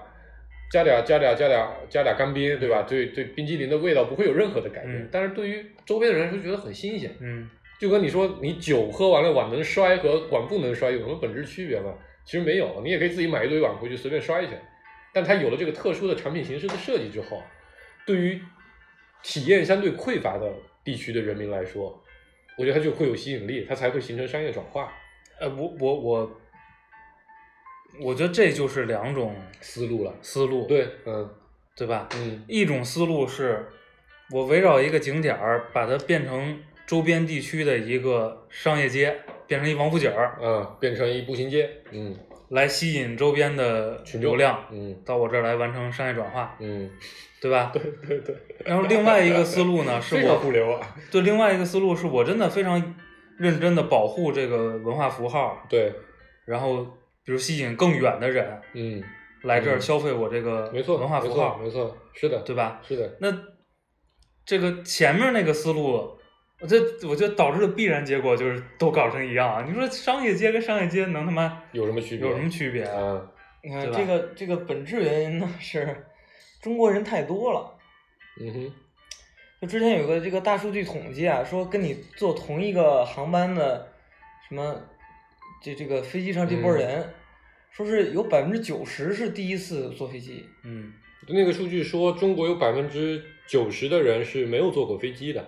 加点儿加点儿加点儿加点儿干冰，对吧？对对，冰激凌的味道不会有任何的改变，
嗯
但是对于周边的人来说觉得很新鲜。
嗯
就跟你说，你酒喝完了碗能摔和碗不能摔有什么本质区别吗？其实没有，你也可以自己买一堆碗回去随便摔一圈。但它有了这个特殊的产品形式的设计之后，啊对于体验相对匮乏的地区的人民来说，我觉得它就会有吸引力，它才会形成商业转化
呃，我我我，我觉得这就是两种
思路了。
思路，
对，嗯
对吧？
嗯
一种思路是，我围绕一个景点儿，把它变成周边地区的一个商业街，变成一王府井儿，
嗯，变成一步行街，嗯
来吸引周边的
群众
流量
嗯
到我这儿来完成商业转化，
嗯，
对吧？
对对对，
然后另外一个思
[LAUGHS]
路呢，是
非常
我
互联网，
对另外一个思路是我真的非常认真的保护这个文化符号，
对，
然后比如吸引更远的人
嗯，
来这儿
嗯
消费我这个
没错，
文化
没
符
错
号，
没错，是的，
对吧？
是的，
那这个前面那个思路，我这我觉得导致的必然结果就是都搞成一样啊！你说商业街跟商业街能他妈
有什么区别？
有什么区别啊？
啊？
你看
对吧
这个这个本质原因呢是中国人太多了。
嗯哼，
就之前有个这个大数据统计啊，说跟你坐同一个航班的什么这这个飞机上这
嗯
波人，说是有百分之九十是第一次坐飞机，
嗯
那个数据说中国有百分之九十的人是没有坐过飞机的，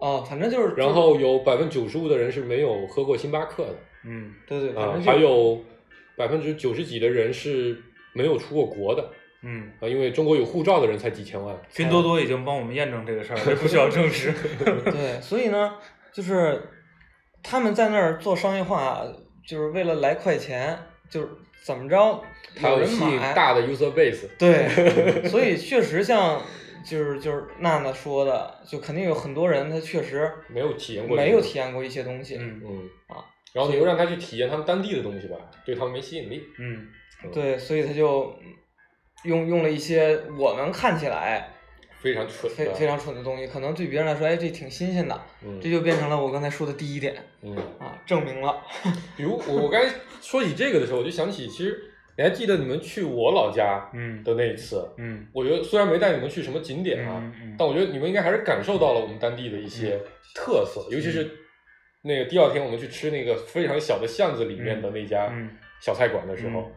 哦，反正就是
然后有百分之九十五的人是没有喝过星巴克的，
嗯
对对，反
啊，
正
还
就
有百分之九十几的人是没有出过国的
嗯，
啊，因为中国有护照的人才几千万。
拼多多已经帮我们验证这个事儿了，这不需要证
[LAUGHS]
实。
对，所以呢，就是他们在那儿做商业化，就是为了来快钱，就是怎么着
它
有
要
人
吸引
买，
大的 user base， [LAUGHS]
对，所以确实像就是就是娜娜说的，就肯定有很多人他确实
没有体验过这个，
没有体验过一些东西，
嗯
嗯
啊，
然后你又让他去体验他们当地的东西吧，对他们没吸引力。
嗯
对，所以他就用用了一些我们看起来
非常蠢
非
的，
非常蠢的东西，可能对别人来说，哎，这挺新鲜的，
啊嗯，
这就变成了我刚才说的第一点
嗯，
啊，证明了，
比如我我刚才说起这个的时候，我就想起其实你还记得你们去我老家
嗯
的那一次？
嗯
我觉得虽然没带你们去什么景点啊，
嗯嗯
但我觉得你们应该还是感受到了我们当地的一些
嗯
特色，尤其是那个第二天我们去吃那个非常小的巷子里面的那家
嗯
小菜馆的时候，
嗯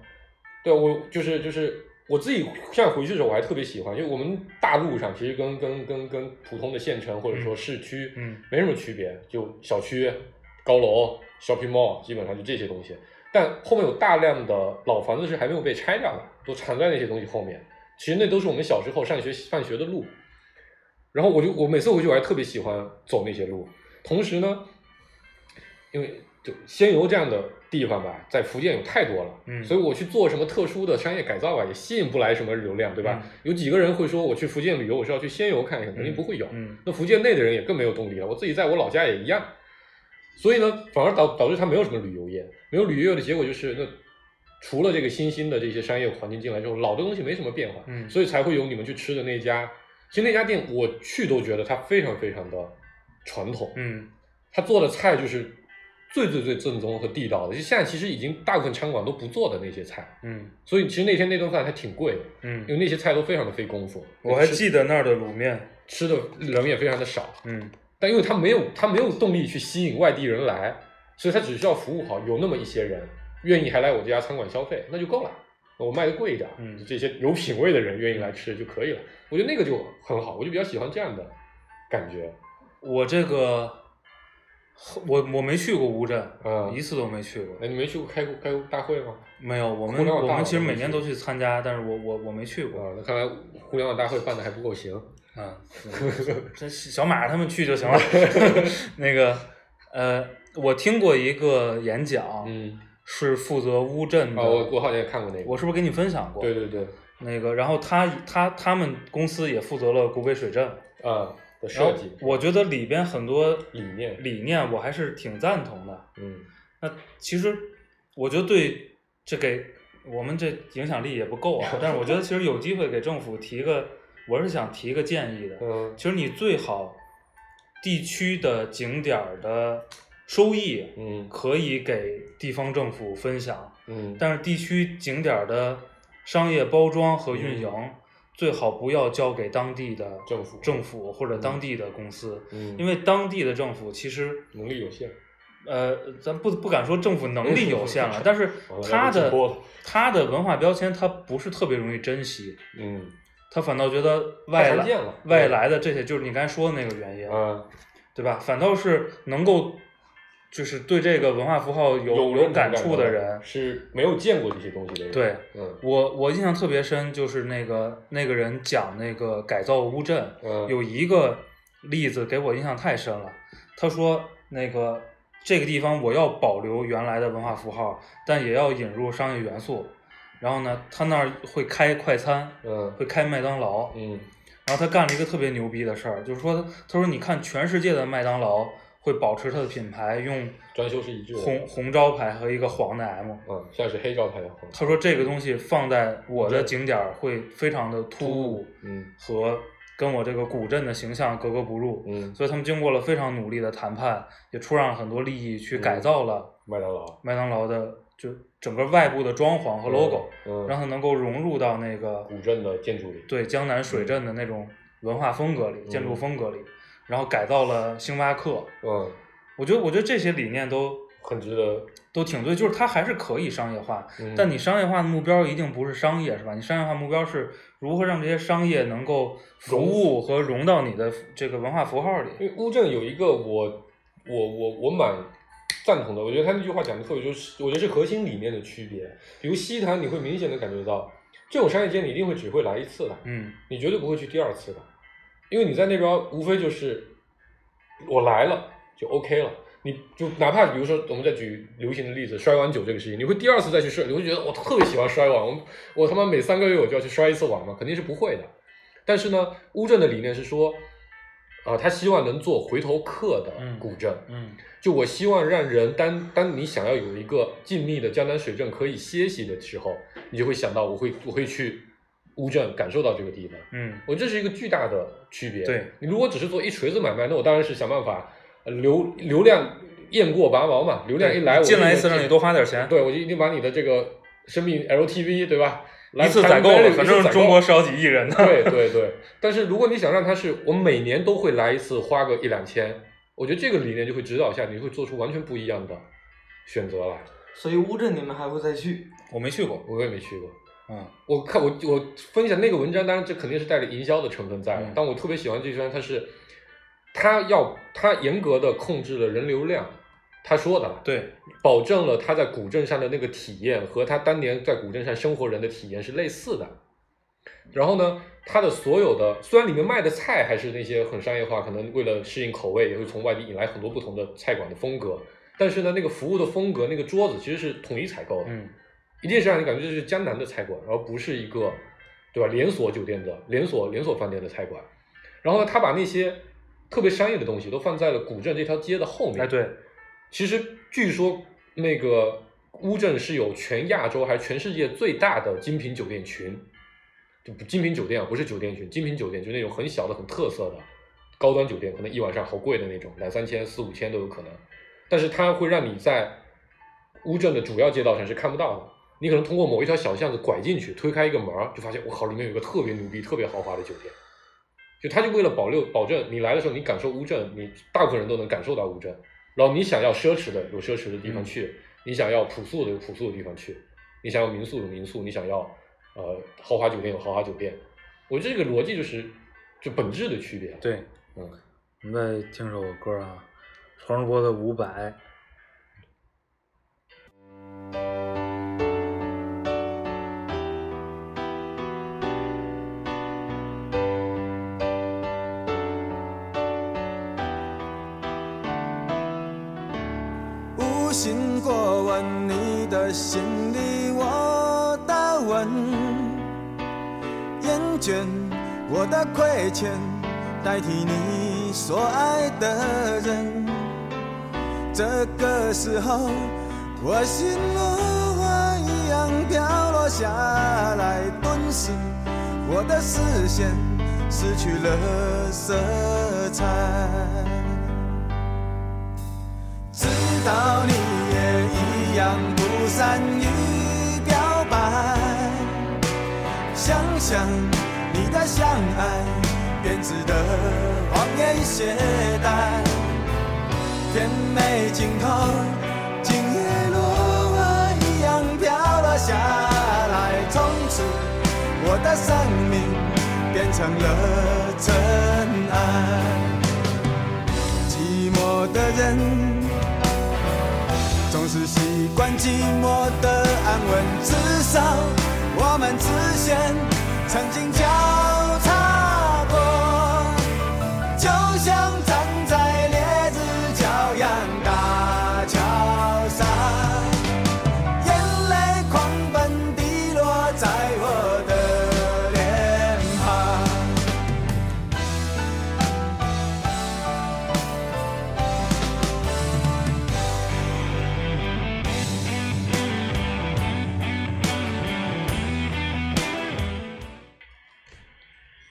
对啊我就是就是我自己现在回去的时候我还特别喜欢，因为我们大路上其实跟跟跟跟普通的县城或者说市区
嗯
没什么区别，就小区、高楼、shopping mall 基本上就这些东西。但后面有大量的老房子是还没有被拆掉的，都藏在那些东西后面。其实那都是我们小时候上学放学的路。然后我就我每次回去我还特别喜欢走那些路。同时呢，因为就仙游这样的地方吧，在福建有太多了，
嗯
所以我去做什么特殊的商业改造吧，啊也吸引不来什么流量，对吧？
嗯
有几个人会说我去福建旅游，我是要去仙游看一看，肯定不会有。
嗯
那福建内的人也更没有动力了。我自己在我老家也一样，所以呢，反而导导致它没有什么旅游业，没有旅游业的结果就是，那除了这个新兴的这些商业环境进来之后，老的东西没什么变化，
嗯
所以才会有你们去吃的那家。其实那家店我去都觉得它非常非常的传统，
嗯
他做的菜就是最最最正宗和地道的，就现在其实已经大部分餐馆都不做的那些菜，
嗯
所以其实那天那顿饭还挺贵的，因为
嗯，
那些菜都非常的费功夫，
我还
吃
记得那儿的卤面，
吃的人也非常的少，
嗯
但因为他没有他没有动力去吸引外地人来，所以他只需要服务好有那么一些人愿意还来我这家餐馆消费，那就够了。我卖的贵一点，
嗯
这些有品位的人愿意来吃就可以了。我觉得那个就很好，我就比较喜欢这样的感觉。
我这个我我没去过乌镇，
嗯
一次都没去过
那。哎你没去过开国开国大会吗？
没有，我
互
们
联网
我
大佬
们其实
都
每
没
年
去
都去参加，但是我我我没去过。
啊，那看来互联网大会办的还不够行。 [LAUGHS]
嗯，这小马他们去就行了。那个呃，我听过一个演讲，
嗯，
是负责乌镇的。
啊，我我好像也看过那个。
嗯我是不是跟你分享过？
对对对，
那个，然后他他他们公司也负责了古北水镇
啊的
然后
设计，
我觉得里边很多
理念
理念我还是挺赞同的。
嗯
那其实我觉得对这给我们这影响力也不
[LAUGHS]
够啊，但是我觉得其实有机会给政府提个，我是想提一个建议的。
嗯
其实你最好地区的景点儿的收益
嗯
可以给地方政府分享，
嗯，
但是地区景点儿的商业包装和运营、最好不要交给当地的
嗯政府
政府或者当地的公司，
嗯
因为当地的政府其实
能力有限。
呃，咱不不敢说政府能力有限了，
[LAUGHS]
但是
好了嗯
他
要不
的
直播了
他的文化标签他不是特别容易珍惜，
嗯，
他反倒觉得
太
外
常
来
见了
外来的这些就是你刚才说的那个原因，
啊，
对吧？反倒是能够就是对这个文化符号有
有
感触
的
的人，
是没有见过这些东西的人。
对，
嗯
我我印象特别深，就是那个那个人讲那个改造乌镇，
嗯，
有一个例子给我印象太深了。他说那个这个地方我要保留原来的文化符号，但也要引入商业元素。然后呢，他那儿会开快餐，
嗯
会开麦当劳。
嗯
然后他干了一个特别牛逼的事儿，就是说他他说你看全世界的麦当劳会保持它的品牌，用
装修是一致的
红红招牌和一个黄的 M。
嗯，现在是黑招牌了。
他说这个东西放在我的景点儿会非常的突兀
嗯
和跟我这个古镇的形象格格不入，
嗯，
所以他们经过了非常努力的谈判，也出让了很多利益去
嗯
改造了
麦当劳
麦当劳的就整个外部的装潢和 logo，
嗯，
让它能够融入到那个
古镇的建筑里。
对江南水镇的那种文化风格里、建筑
嗯
风格里，然后改造了星巴克。
嗯，
我觉得，我觉得这些理念都
很值得。
都挺对，就是它还是可以商业化，
嗯
但你商业化的目标一定不是商业，是吧？你商业化目标是如何让这些商业能够服务和融到你的这个文化符号
因
里。
为乌镇有一个我我我我蛮赞同的，我觉得他那句话讲的特别，就是我觉得是核心理念的区别。比如西坛，你会明显的感觉到，这种商业街你一定会只会来一次的，
嗯
你绝对不会去第二次的，因为你在那边无非就是我来了就 OK 了。你就哪怕比如说，我们再举流行的例子，摔碗酒这个事情，你会第二次再去摔，你会觉得我特别喜欢摔碗，我我他妈每三个月我就要去摔一次碗吗？肯定是不会的。但是呢，乌镇的理念是说，啊、他希望能做回头客的
嗯
古镇，
嗯
就我希望让人当当你想要有一个静谧的江南水镇可以歇息的时候，你就会想到我会我会去乌镇感受到这个地方。
嗯
我这是一个巨大的区别。
对
你如果只是做一锤子买卖，那我当然是想办法呃流流量雁过拔毛嘛，流量一来我
进来一
就
次让你多花点钱。
对，我就一定把你的这个生命 LTV 对吧？
一次
Lifetime
采购了，
value，
反
一
正
次采购
中国十好几亿人 [LAUGHS] 呢。
对对对，但是如果你想让它是我每年都会来一次，花个一两千，我觉得这个理念就会指导一下，你会做出完全不一样的选择来。
所以乌镇你们还会再去？
我没去过，
我也没去过，
嗯，
我看我我分享那个文章，当然这肯定是带着营销的成分在，的，
嗯
但我特别喜欢这篇，它是它要它严格的控制了人流量，他说的啦，
对，
保证了他在古镇上的那个体验和他当年在古镇上生活人的体验是类似的。然后呢，他的所有的虽然里面卖的菜还是那些很商业化，可能为了适应口味，也会从外地引来很多不同的菜馆的风格，但是呢，那个服务的风格、那个桌子其实是统一采购的，
嗯
一定是让你感觉这是江南的菜馆，而不是一个对吧连锁酒店的连锁连锁饭店的菜馆。然后呢，他把那些特别商业的东西都放在了古镇这条街的后面。
哎对，
其实据说那个乌镇是有全亚洲还是全世界最大的精品酒店群，就不精品酒店啊，不是酒店群，精品酒店就那种很小的、很特色的高端酒店，可能一晚上好贵的那种，两三千、四五千都有可能。但是它会让你在乌镇的主要街道上是看不到的，你可能通过某一条小巷子拐进去，推开一个门儿，就发现我靠，里面有一个特别牛逼、特别豪华的酒店。就他就为了保留保证你来的时候，你感受乌镇，你大部分人都能感受到乌镇。然后你想要奢侈的有奢侈的地方去，你想要朴素的有朴素的地方去，你想要民宿有民宿，你想要呃豪华酒店有豪华酒店。我觉得这个逻辑就是就本质的区别了。
对，
嗯，
我们再听首歌啊，黄世波的《伍佰》。
无心过问你的心里我的吻，厌倦我的亏欠，代替你所爱的人。这个时候，我心如花一样飘落下来，顿时我的视线失去了色彩。知道你也一样不善于表白，想想你的相爱，编织的谎言懈怠，甜美尽头，竟也落花一样飘了下来，从此我的生命变成了尘埃。寂寞的人，总是习惯寂寞的安稳。至少我们之间曾经交叉过，就像站在烈日骄阳大桥上，眼泪狂奔滴落在我的脸庞。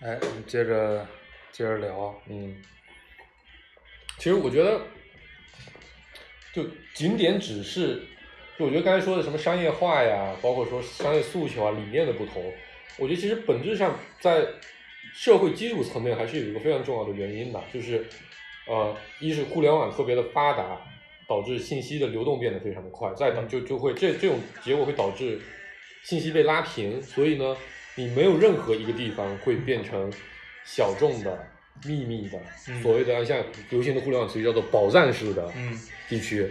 哎，我们接着接着聊，
嗯，其实我觉得，就景点只是，就我觉得刚才说的什么商业化呀，包括说商业诉求啊、理念的不同，我觉得其实本质上在社会基础层面还是有一个非常重要的原因的，就是呃，一是互联网特别的发达，导致信息的流动变得非常的快，再导就就会这这种结果会导致信息被拉平，所以呢，你没有任何一个地方会变成小众的、秘密的，
嗯
所谓的像流行的互联网词语叫做宝藏式的
嗯
地区。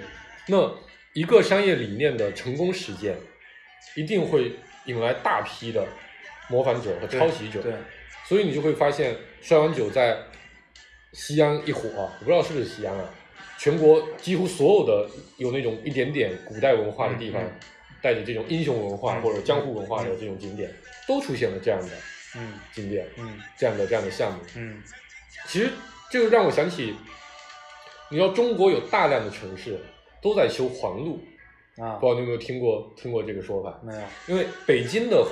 那一个商业理念的成功实践，一定会引来大批的模仿者和
对
抄袭者。
对，
所以你就会发现，摔碗酒在西安一火，我不知道是不是西安啊，全国几乎所有的有那种一点点古代文化的地方，
嗯嗯
带着这种英雄文化
嗯
或者江湖文化的这种景点，都出现了这样的
嗯
景点，
嗯
这样的这样的项目。
嗯
其实这个让我想起，你知道中国有大量的城市都在修环路，
啊
不，知道你有没有听过听过这个说法？
没有，
因为北京的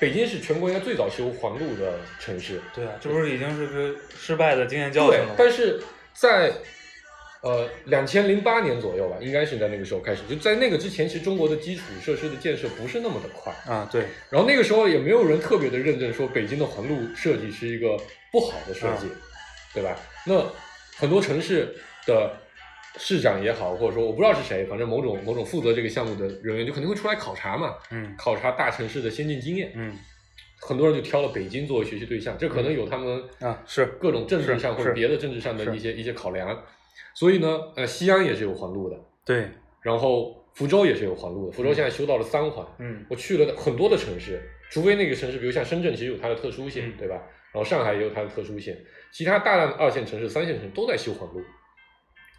北京是全国应该最早修环路的城市，
对啊，这不是已经是个失败的经验教训
对
了，吗？
但是在呃，两千零八年左右吧，应该是在那个时候开始。就在那个之前，其实中国的基础设施的建设不是那么的快。
啊，对，
然后那个时候也没有人特别的认真说北京的环路设计是一个不好的设
嗯
计，对吧？那很多城市的市长也好，或者说我不知道是谁，反正某种某种负责这个项目的人员就肯定会出来考察嘛，
嗯
考察大城市的先进经验。
嗯
很多人就挑了北京作为学习对象，这可能有他们
啊是
各种政治上
是
或者
是
别的政治上的
是
一些一些考量。所以呢，呃，西安也是有环路的，
对，
然后福州也是有环路的，福州现在修到了三环。
嗯
我去了很多的城市，除非那个城市，比如像深圳，其实有它的特殊性，
嗯
对吧？然后上海也有它的特殊性，其他大量的二线城市、三线城市都在修环路，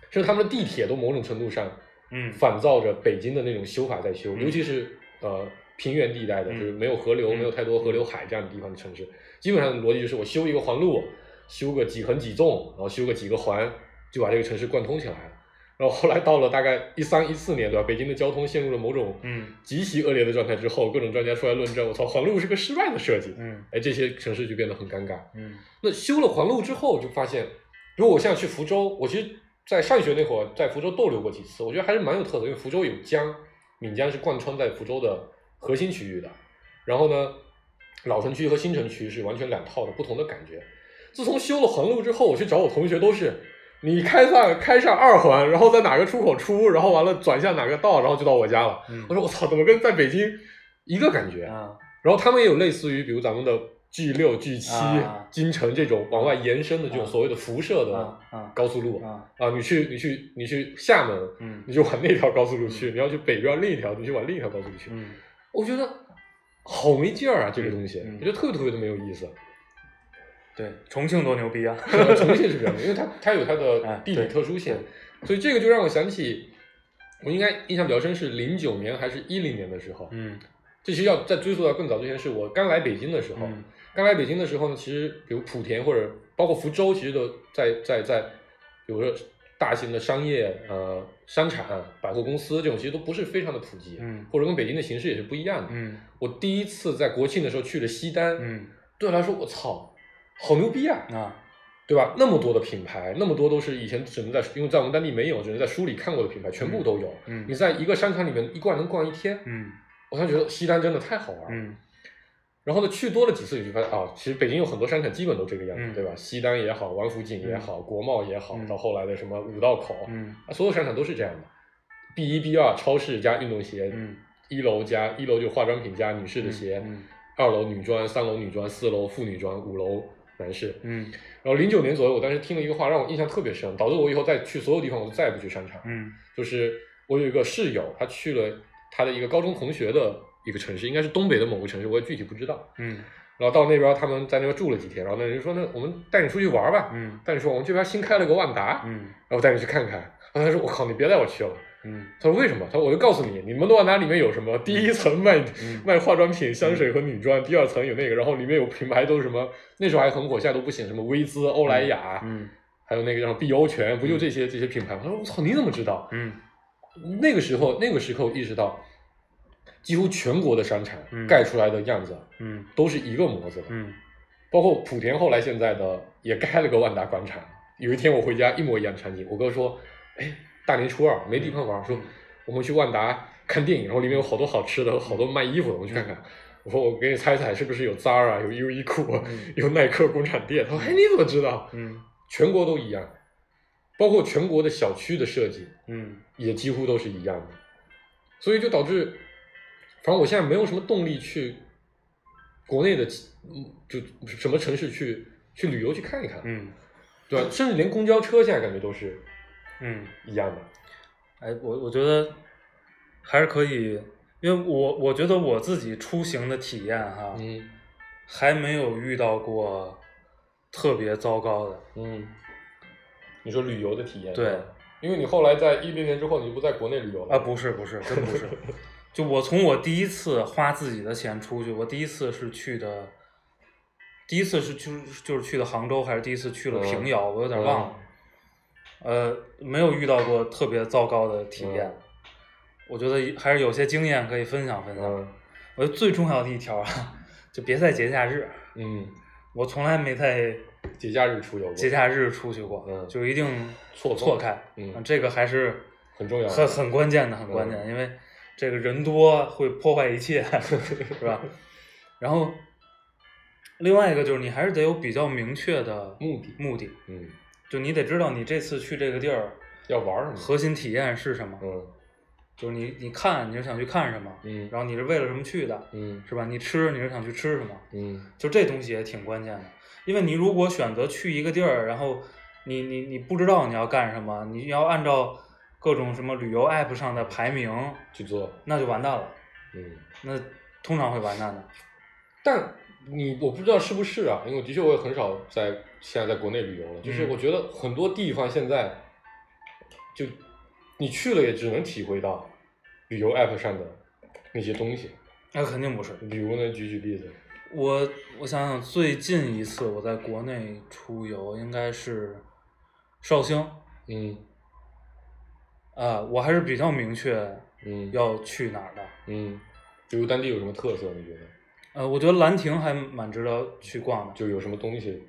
甚至他们的地铁都某种程度上
嗯
仿照着北京的那种修法在修，
嗯
尤其是呃平原地带的，
嗯
就是没有河流、
嗯
没有太多河流海这样的地方的城市，基本上的逻辑就是我修一个环路，修个几横几纵，然后修个几个环，就把这个城市贯通起来了。然后后来到了大概一三一四年，对吧？北京的交通陷入了某种
嗯
极其恶劣的状态之后，各种专家出来论证，我操，环路是个失败的设计。
嗯
哎，这些城市就变得很尴尬。
嗯
那修了环路之后，就发现，比如我现在去福州，我其实，在上学那会儿在福州逗留过几次，我觉得还是蛮有特色，因为福州有江，闽江是贯穿在福州的核心区域的。然后呢，老城区和新城区是完全两套的不同的感觉。自从修了环路之后，我去找我同学都是，你开上开上二环，然后在哪个出口出，然后完了转向哪个道，然后就到我家了。
嗯
我说我操，怎么跟在北京一个感觉？
啊
然后他们也有类似于比如咱们的 G 六、G 七、
啊
京城这种往外延伸的这种
啊
所谓的辐射的
啊啊
高速路啊
啊
你去你去你去厦门，
嗯
你就往那条高速路去；你要去北边另一条，你就往另一条高速路去。
嗯
我觉得好没劲儿啊，这个东西，
嗯嗯
我觉得特别特别的没有意
[LAUGHS]
思。
对，重庆多牛逼啊！
重庆是这样的，因为它它有它的
哎
地理
对
特殊性，
对
所以这个就让我想起，我应该印象比较深是零九年还是一零年的时候，
[LAUGHS] 嗯
这是要再追溯到更早之前，是我刚来北京的时候。
嗯
刚来北京的时候呢，其实比如莆田或者包括福州，其实都在在在，比如说大型的商业呃商产、百货公司这种，其实都不是非常的普及，
嗯
或者跟北京的形式也是不一样的。
嗯
我第一次在国庆的时候去了西单，
嗯
对我来说，我操，好牛逼啊！
啊
对吧？那么多的品牌，那么多都是以前只能在因为在我们当地没有，只能在书里看过的品牌，全部都有。
嗯
你在一个商场里面一逛能逛一天，
嗯
我才觉得西单真的太好玩了。
嗯
然后呢，去多了几次，你就发现啊，其实北京有很多商场基本都这个样子，
嗯
对吧？西单也好，王府井也好，国贸也好，
嗯
到后来的什么五道口，
嗯
啊，所有商场都是这样的。B 一、B 二，超市加运动鞋，
嗯
一楼加一楼就化妆品加女士的鞋，
嗯
二楼女装，三楼女装，四楼妇女装，五楼男士。
嗯
然后零九年左右，我当时听了一个话，让我印象特别深，导致我以后再去所有地方，我都再也不去商场。
嗯
就是我有一个室友，他去了他的一个高中同学的一个城市，应该是东北的某个城市，我也具体不知道。
嗯
然后到那边他们在那边住了几天，然后那人就说那我们带你出去玩吧，
嗯
带你说我们这边新开了个万达，
嗯
然后带你去看看。然后他说我靠，你别带我去了。
嗯
他说为什么？他说我就告诉你，你们的万达里面有什么？第一层卖
嗯
卖化妆品、香水和女装，第二层有那个，然后里面有品牌都是什么？那时候还很火，现在都不行，什么薇姿、欧莱雅，
嗯
还有那个叫碧欧泉，不就这些这些品牌吗？他说我操，你怎么知道？
嗯
那个时候，那个时刻我意识到，几乎全国的商场
嗯
盖出来的样子啊
嗯
都是一个模子的，
嗯
包括莆田后来现在的也盖了个万达广场。有一天我回家一模一样的场景，我哥说：“哎，大年初二没地方玩，说我们去万达看电影，然后里面有好多好吃的，好多卖衣服的，我们去看看。”我说：“我给你猜猜，是不是有 Zara、有优衣库、啊 [LAUGHS]
嗯
有耐克工厂店？”他说：“哎，你怎么知道？
嗯
全国都一样，包括全国的小区的设计，
嗯
也几乎都是一样的，所以就导致，反正我现在没有什么动力去国内的其，嗯就什么城市去去旅游去看一看，
嗯
对吧？甚至连公交车现在感觉都是
嗯。
一样的，
哎，我我觉得还是可以，因为我我觉得我自己出行的体验哈，
嗯
还没有遇到过特别糟糕的。
嗯。你说旅游的体验，
对，
因为你后来在一零年之后，你就不在国内旅游了
啊，不是不是，真
[LAUGHS]
不是。就我从我第一次花自己的钱出去，我第一次是去的，第一次是就是就是去的杭州，还是第一次去
嗯
了平遥，我有点忘了。呃，没有遇到过特别糟糕的体验，
嗯
我觉得还是有些经验可以分享分享。
嗯
我 [LAUGHS] 觉得最重要的一条啊，就别在节假日。
嗯
我从来没在
节假日出游过，
节假日出去过，
嗯
就一定
错过
错开，啊
嗯啊
这个还是
很重要
很很关键的，很关键，因为这个人多会破坏一
[LAUGHS]
切，是吧？然后另外一个就是你还是得有比较明确的
目的，
目的，
嗯，
就你得知道你这次去这个地儿
要玩儿什么？
核心体验是什么，
嗯
就是你你看你是想去看什么，
嗯
然后你是为了什么去的，
嗯
是吧？你吃你是想去吃什么，
嗯
就这东西也挺关键的，因为你如果选择去一个地儿，然后你你你不知道你要干什么，你要按照各种什么旅游 app 上的排名，
去做，
那就完蛋了，
嗯。
那通常会完蛋的。
但你我不知道是不是啊，因为我的确我也很少在现在在国内旅游了，就是
嗯
我觉得很多地方现在就你去了也只能体会到旅游 app 上的那些东西。
那肯定不是。
比如呢，举举例子，
我我想想，最近一次我在国内出游应该是绍兴啊、
嗯
我还是比较明确
嗯
要去哪儿的。
嗯，比如当地有什么特色？你觉得
呃，我觉得兰亭还蛮值得去逛的，
就有什么东西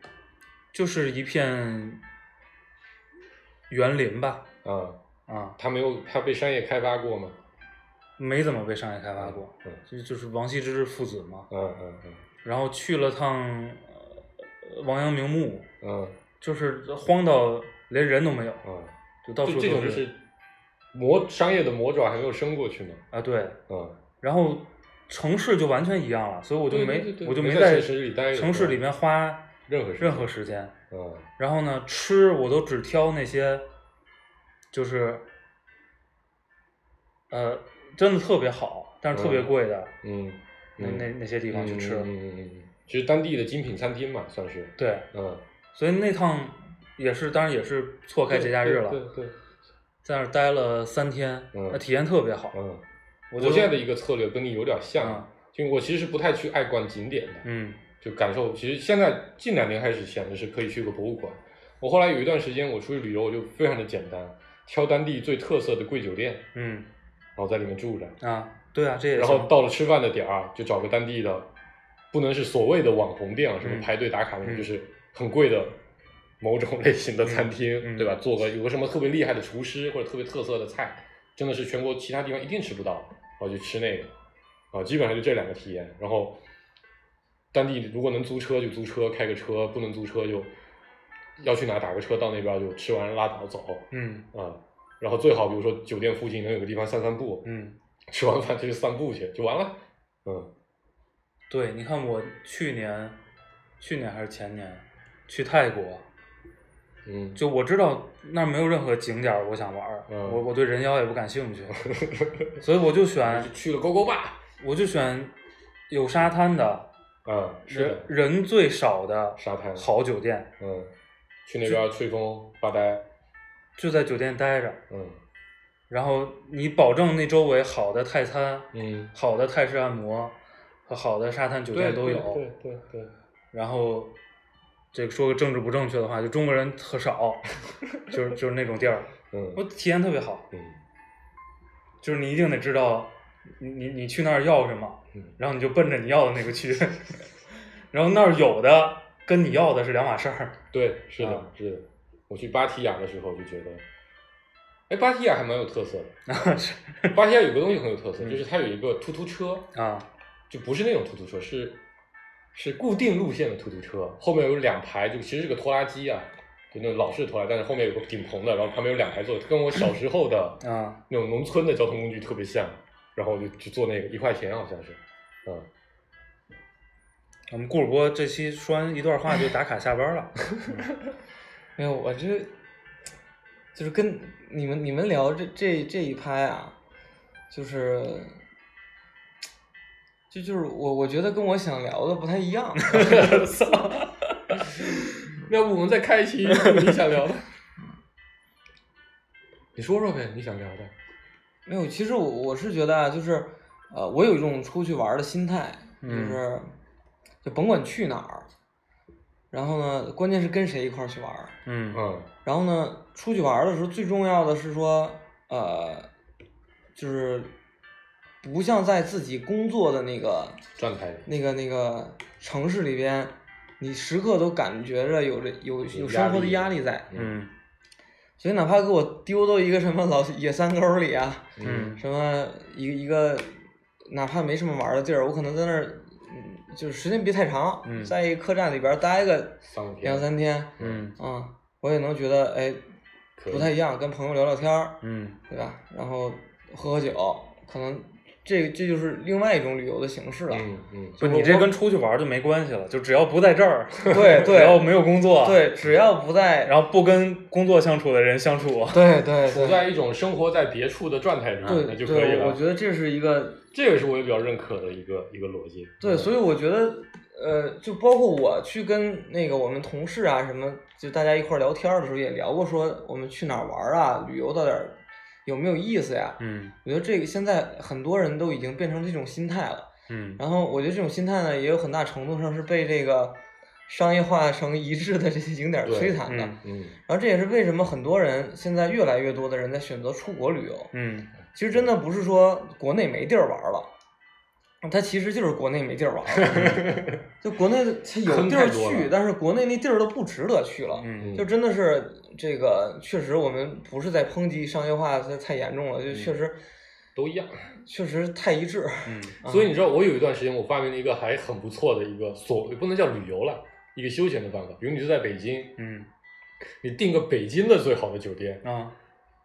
就是一片园林吧，
啊？
啊，
它没有，它被商业开发过吗？
没怎么被商业开发过，
嗯
就就是王羲之父子嘛。
嗯嗯嗯
然后去了趟呃王阳明墓，
嗯
就是荒到连人都没有，
嗯，
就到处
就
都
这种就是魔商业的魔爪还没有伸过去嘛？
啊对，
嗯。
然后城市就完全一样了，所以我就
对
没
对对
我就
没在
在
城市里待着
城市里面花
任何时
任何
间
时间。
嗯
然后呢，吃我都只挑那些，就是呃真的特别好，但是特别
嗯
贵的、
嗯，
那那那些地
地
方去吃。
嗯嗯嗯嗯，其实当地的精品餐厅嘛，算是，
对，
嗯，
所以那趟也是，当然也是错开节假日
对
了，
对，对
在那儿待了三天，
嗯
那体验特别好。
嗯，
我
我
就
现在的一个策略跟你有点像
嗯，
就我其实不太去爱逛景点的，
嗯
就感受，其实现在近两年开始想的是可以去个博物馆。我后来有一段时间我出去旅游，我就非常的简单，挑当地最特色的贵酒店，
嗯
然后在里面住着，
啊，对啊，这也
然
行
后到了吃饭的点儿，就找个当地的，不能是所谓的网红店啊，什么
嗯
排队打卡那种，
嗯
就是很贵的某种类型的餐厅，
嗯嗯
对吧？做个有个什么特别厉害的厨师或者特别特色的菜，真的是全国其他地方一定吃不到，然后就吃那个，啊，基本上就这两个体验。然后当地如果能租车就租车，开个车；不能租车就要去哪打个车到那边就吃完拉倒走
嗯
啊。然后最好比如说酒店附近能有个地方散散步，
嗯，
吃完饭就去散步去，就完了。嗯
对，你看我去年，去年还是前年去泰国， [LAUGHS]
嗯，
就我知道那儿没有任何景点儿我想玩儿，
嗯
我我对人妖也不感
[LAUGHS]
兴趣，所以我就选
就去了勾勾坝。
我就选有沙滩的，
嗯，是
人
的，
人最少的
沙滩。
好酒店，
嗯，去那边吹风发呆。
就在酒店待着。
嗯
然后你保证那周围好的泰餐、
嗯，
好的泰式按摩和好的沙滩酒店都有。
对对对对，
然后这个说个政治不正确的话，就中国人
[LAUGHS]
特少，就是就是那种地儿，我
嗯
体验特别好。
嗯
就是你一定得知道你你你去那儿要什么，
嗯
然后你就奔着你要的那个去， [LAUGHS] 然后那儿有的跟你要的是两码事儿。 [LAUGHS]
对，是
啊
的，是的。我去芭提雅的时候就觉得，哎，芭提雅还蛮有特色的。芭提雅有个东西很有特色，
嗯
就是它有一个突突车，
啊，
就不是那种突突车，是是固定路线的突突车，后面有两排，就其实是个拖拉机啊，就那种老式拖拉，但是后面有个顶棚的，然后旁边有两排座，跟我小时候的
嗯
啊
那种农村的交通工具特别像，然后我就去坐那个一块钱好像是，嗯， [LAUGHS]
我们顾主播这期说完一段话就打卡下班了。
没有，我这就是跟你们你们聊这这这一趴呀，就是这就是我我觉得跟我想聊的不太一样。 [LAUGHS]
要不我们再开一期你想聊的， [LAUGHS] 你说说呗，你想聊的，
没有，其实我我是觉得啊，就是呃，我有一种出去玩儿的心态，就
嗯
是就甭管去哪儿，然后呢，关键是跟谁一块儿去玩儿。
嗯
嗯
然后呢，出去玩儿的时候最重要的是说，呃，就是不像在自己工作的那个
状态里，
那个那个城市里边，你时刻都感觉着有这有
有
有
压
生活的
力
压力在，
嗯
所以哪怕给我丢到一个什么老野山沟里啊，
嗯
什么一个一个，哪怕没什么玩的地儿，我可能在那儿，嗯就是时间别太长，
嗯
在一个客栈里边待个
三五天
两三天，
嗯
啊、我也能觉得哎
可以
不太一样，跟朋友聊聊天儿，
嗯
对吧？然后喝喝酒，可能这这就是另外一种旅游的形式了。
嗯嗯，
不，你这跟出去玩儿就没关系了，就只要不在这 [LAUGHS] 儿，
对
只要
对
没有工作，，
对，只要不在，
然后不跟工作相处的人相处，
[LAUGHS]
对对
处
对
在一种生活在别处的状态里，那
对
就可以
对，我
了
我。觉得这是一个
这个是我也比较认可的一个一个逻辑。
对，所以我觉得，呃，就包括我去跟那个我们同事啊什么，就大家一块儿聊天儿的时候也聊过，说我们去哪儿玩儿啊，旅游到底儿有没有意思呀？
嗯
我觉得这个现在很多人都已经变成这种心态了。
嗯
然后我觉得这种心态呢，也有很大程度上是被这个商业化成一致的这些景点儿
对
摧残的。
嗯
嗯，
然后这也是为什么很多人现在越来越多的人在选择出国旅游。
嗯
其实真的不是说国内没地儿玩了，它其实就是国内没地儿玩了。 [LAUGHS] 就国内的它有
坑
地儿
太多了
去，但是国内那地儿都不值得去了。
嗯
就真的是这个，确实我们不是在抨击商业化太太严重了，就
嗯
确实、
都一样。
确实太一致。
嗯
所以你知道，我有一段时间我发明了一个还很不错的一个所不能叫旅游了，一个休闲的办法。比如你就在北京，
嗯
你订个北京的最好的酒店，
嗯
啊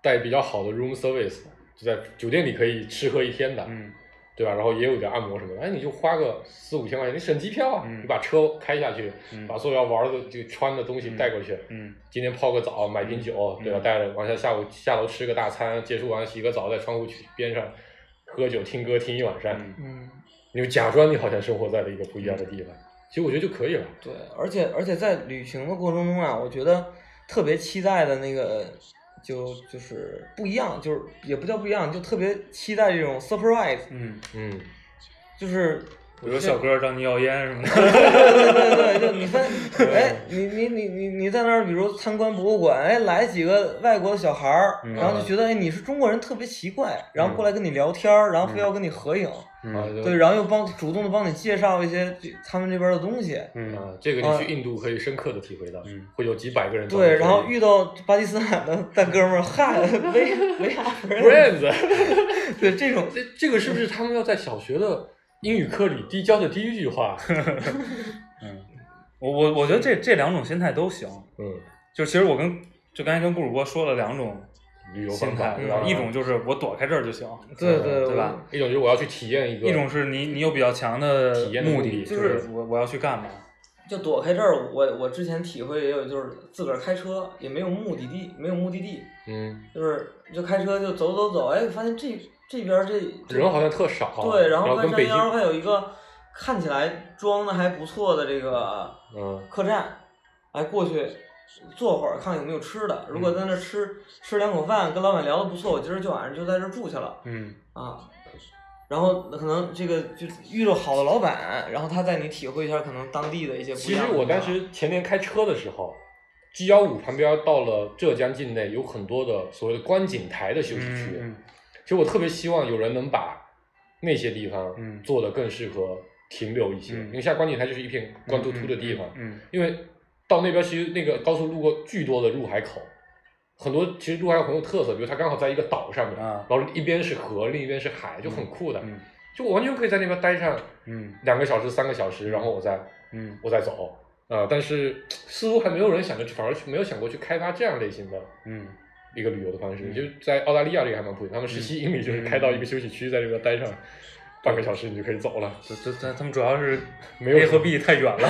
带比较好的 room service，就在酒店里可以吃喝一天的，
嗯
对吧？然后也有点按摩什么的，哎，你就花个四五千块钱，你省机票啊，
嗯
你把车开下去，
嗯
把所有要玩的就穿的东西带过去。
嗯
今天泡个澡，买瓶酒，
嗯
对吧？带着往下下午下楼吃个大餐，结束完洗个澡，在窗户区边上喝酒听歌听一晚上，
嗯
嗯，
你就假装你好像生活在了一个不一样的地方。其实我觉得就可以了。
对，而且而且在旅行的过程中啊，我觉得特别期待的那个。就就是不一样，就是也不叫不一样，就特别期待这种 surprise，
嗯，
嗯，
就是
比如小哥找你要烟什么
[LAUGHS] 嗯
[LAUGHS] 的，
对对对，就你发现，哎，你你你你你在那儿，比如参观博物馆，哎，来几个外国的小孩儿，
嗯
然后就觉得哎你是中国人特别奇怪，然后过来跟你聊天儿，然后非要跟你合影，
啊，
嗯
就
对，然后又帮主动的帮你介绍一些这他们这边的东西，
嗯
啊，这个你去印度可以深刻的体会到，
嗯
会有几百个人找你
对，然后
合影
遇到巴基斯坦的大哥们儿，嗨，为为啥不认？
[LAUGHS] friends，
对，这种
这这个是不是他们要在小学的英语课里第教的第一句
[LAUGHS]
话？
嗯， [LAUGHS] 我我我觉得这这两种心态都行，
嗯，
就其实我跟就刚才跟顾主播说了两种
旅游
心
方
态，
法，
对
对
吧？
吧？
一种就是我躲开这儿就行，
对对
对吧？
一种就是我要去体验一个，
一种是你你有比较强的
体验的
目
目的
就
对
是我我要去干嘛，
就躲开这儿，我我之前体会也有，就是自个儿开车也没有目的地，没有目的地，
嗯，
就是就开车就走走走，哎，发现这这边儿这这
人好像特少，
对，然
然
后
后
看
跟
山
北京
腰还有一个看起来装的还不错的这个
嗯
客栈，哎，过去坐会儿看有没有吃的，如果
嗯
在那吃、吃两口饭，跟老板聊的不错，我今儿就晚上就在这儿住去了
嗯
啊。然后可能这个就遇到好的老板，然后他带你体会一下可能当地的一些不
其
一
实
样的地方。
我当时前年开车的时候，G 幺五旁边到了浙江境内有很多的所谓的观景台的休息区，
嗯
其实我特别希望有人能把那些地方
嗯
做得更适合停留一些，
嗯
因为现在观景台就是一片光秃秃的地方，
嗯
因为到那边其实那个高速路过巨多的入海口。很多其实入海口很有特色，比如它刚好在一个岛上面，
啊
然后一边是河，另一边是海，就很酷的。
嗯
就我完全可以在那边待上
嗯
两个小时、三个小时，然后我再
嗯
我再走。呃，但是似乎还没有人想着，反而去没有想过去开发这样类型的
嗯
一个旅游的方式。
嗯
就是在澳大利亚这个还蛮普遍，他们十七英里就是开到一个休息区，在这边待上半个小时，你就可以走了。
这这这他们主要是
没有
A 和 B 太远
[LAUGHS]
了，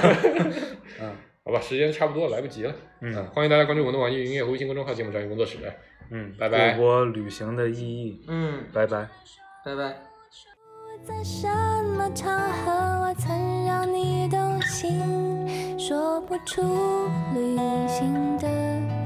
嗯
好吧，时间差不多了，来不及了。
嗯
啊欢迎大家关注我们的网易云音乐微信公众号“节目专业工作室”。
嗯，
拜拜
顾主播旅行的意义，
嗯，
拜拜。
拜拜。
在什么场合我曾让你动心？说不出旅行的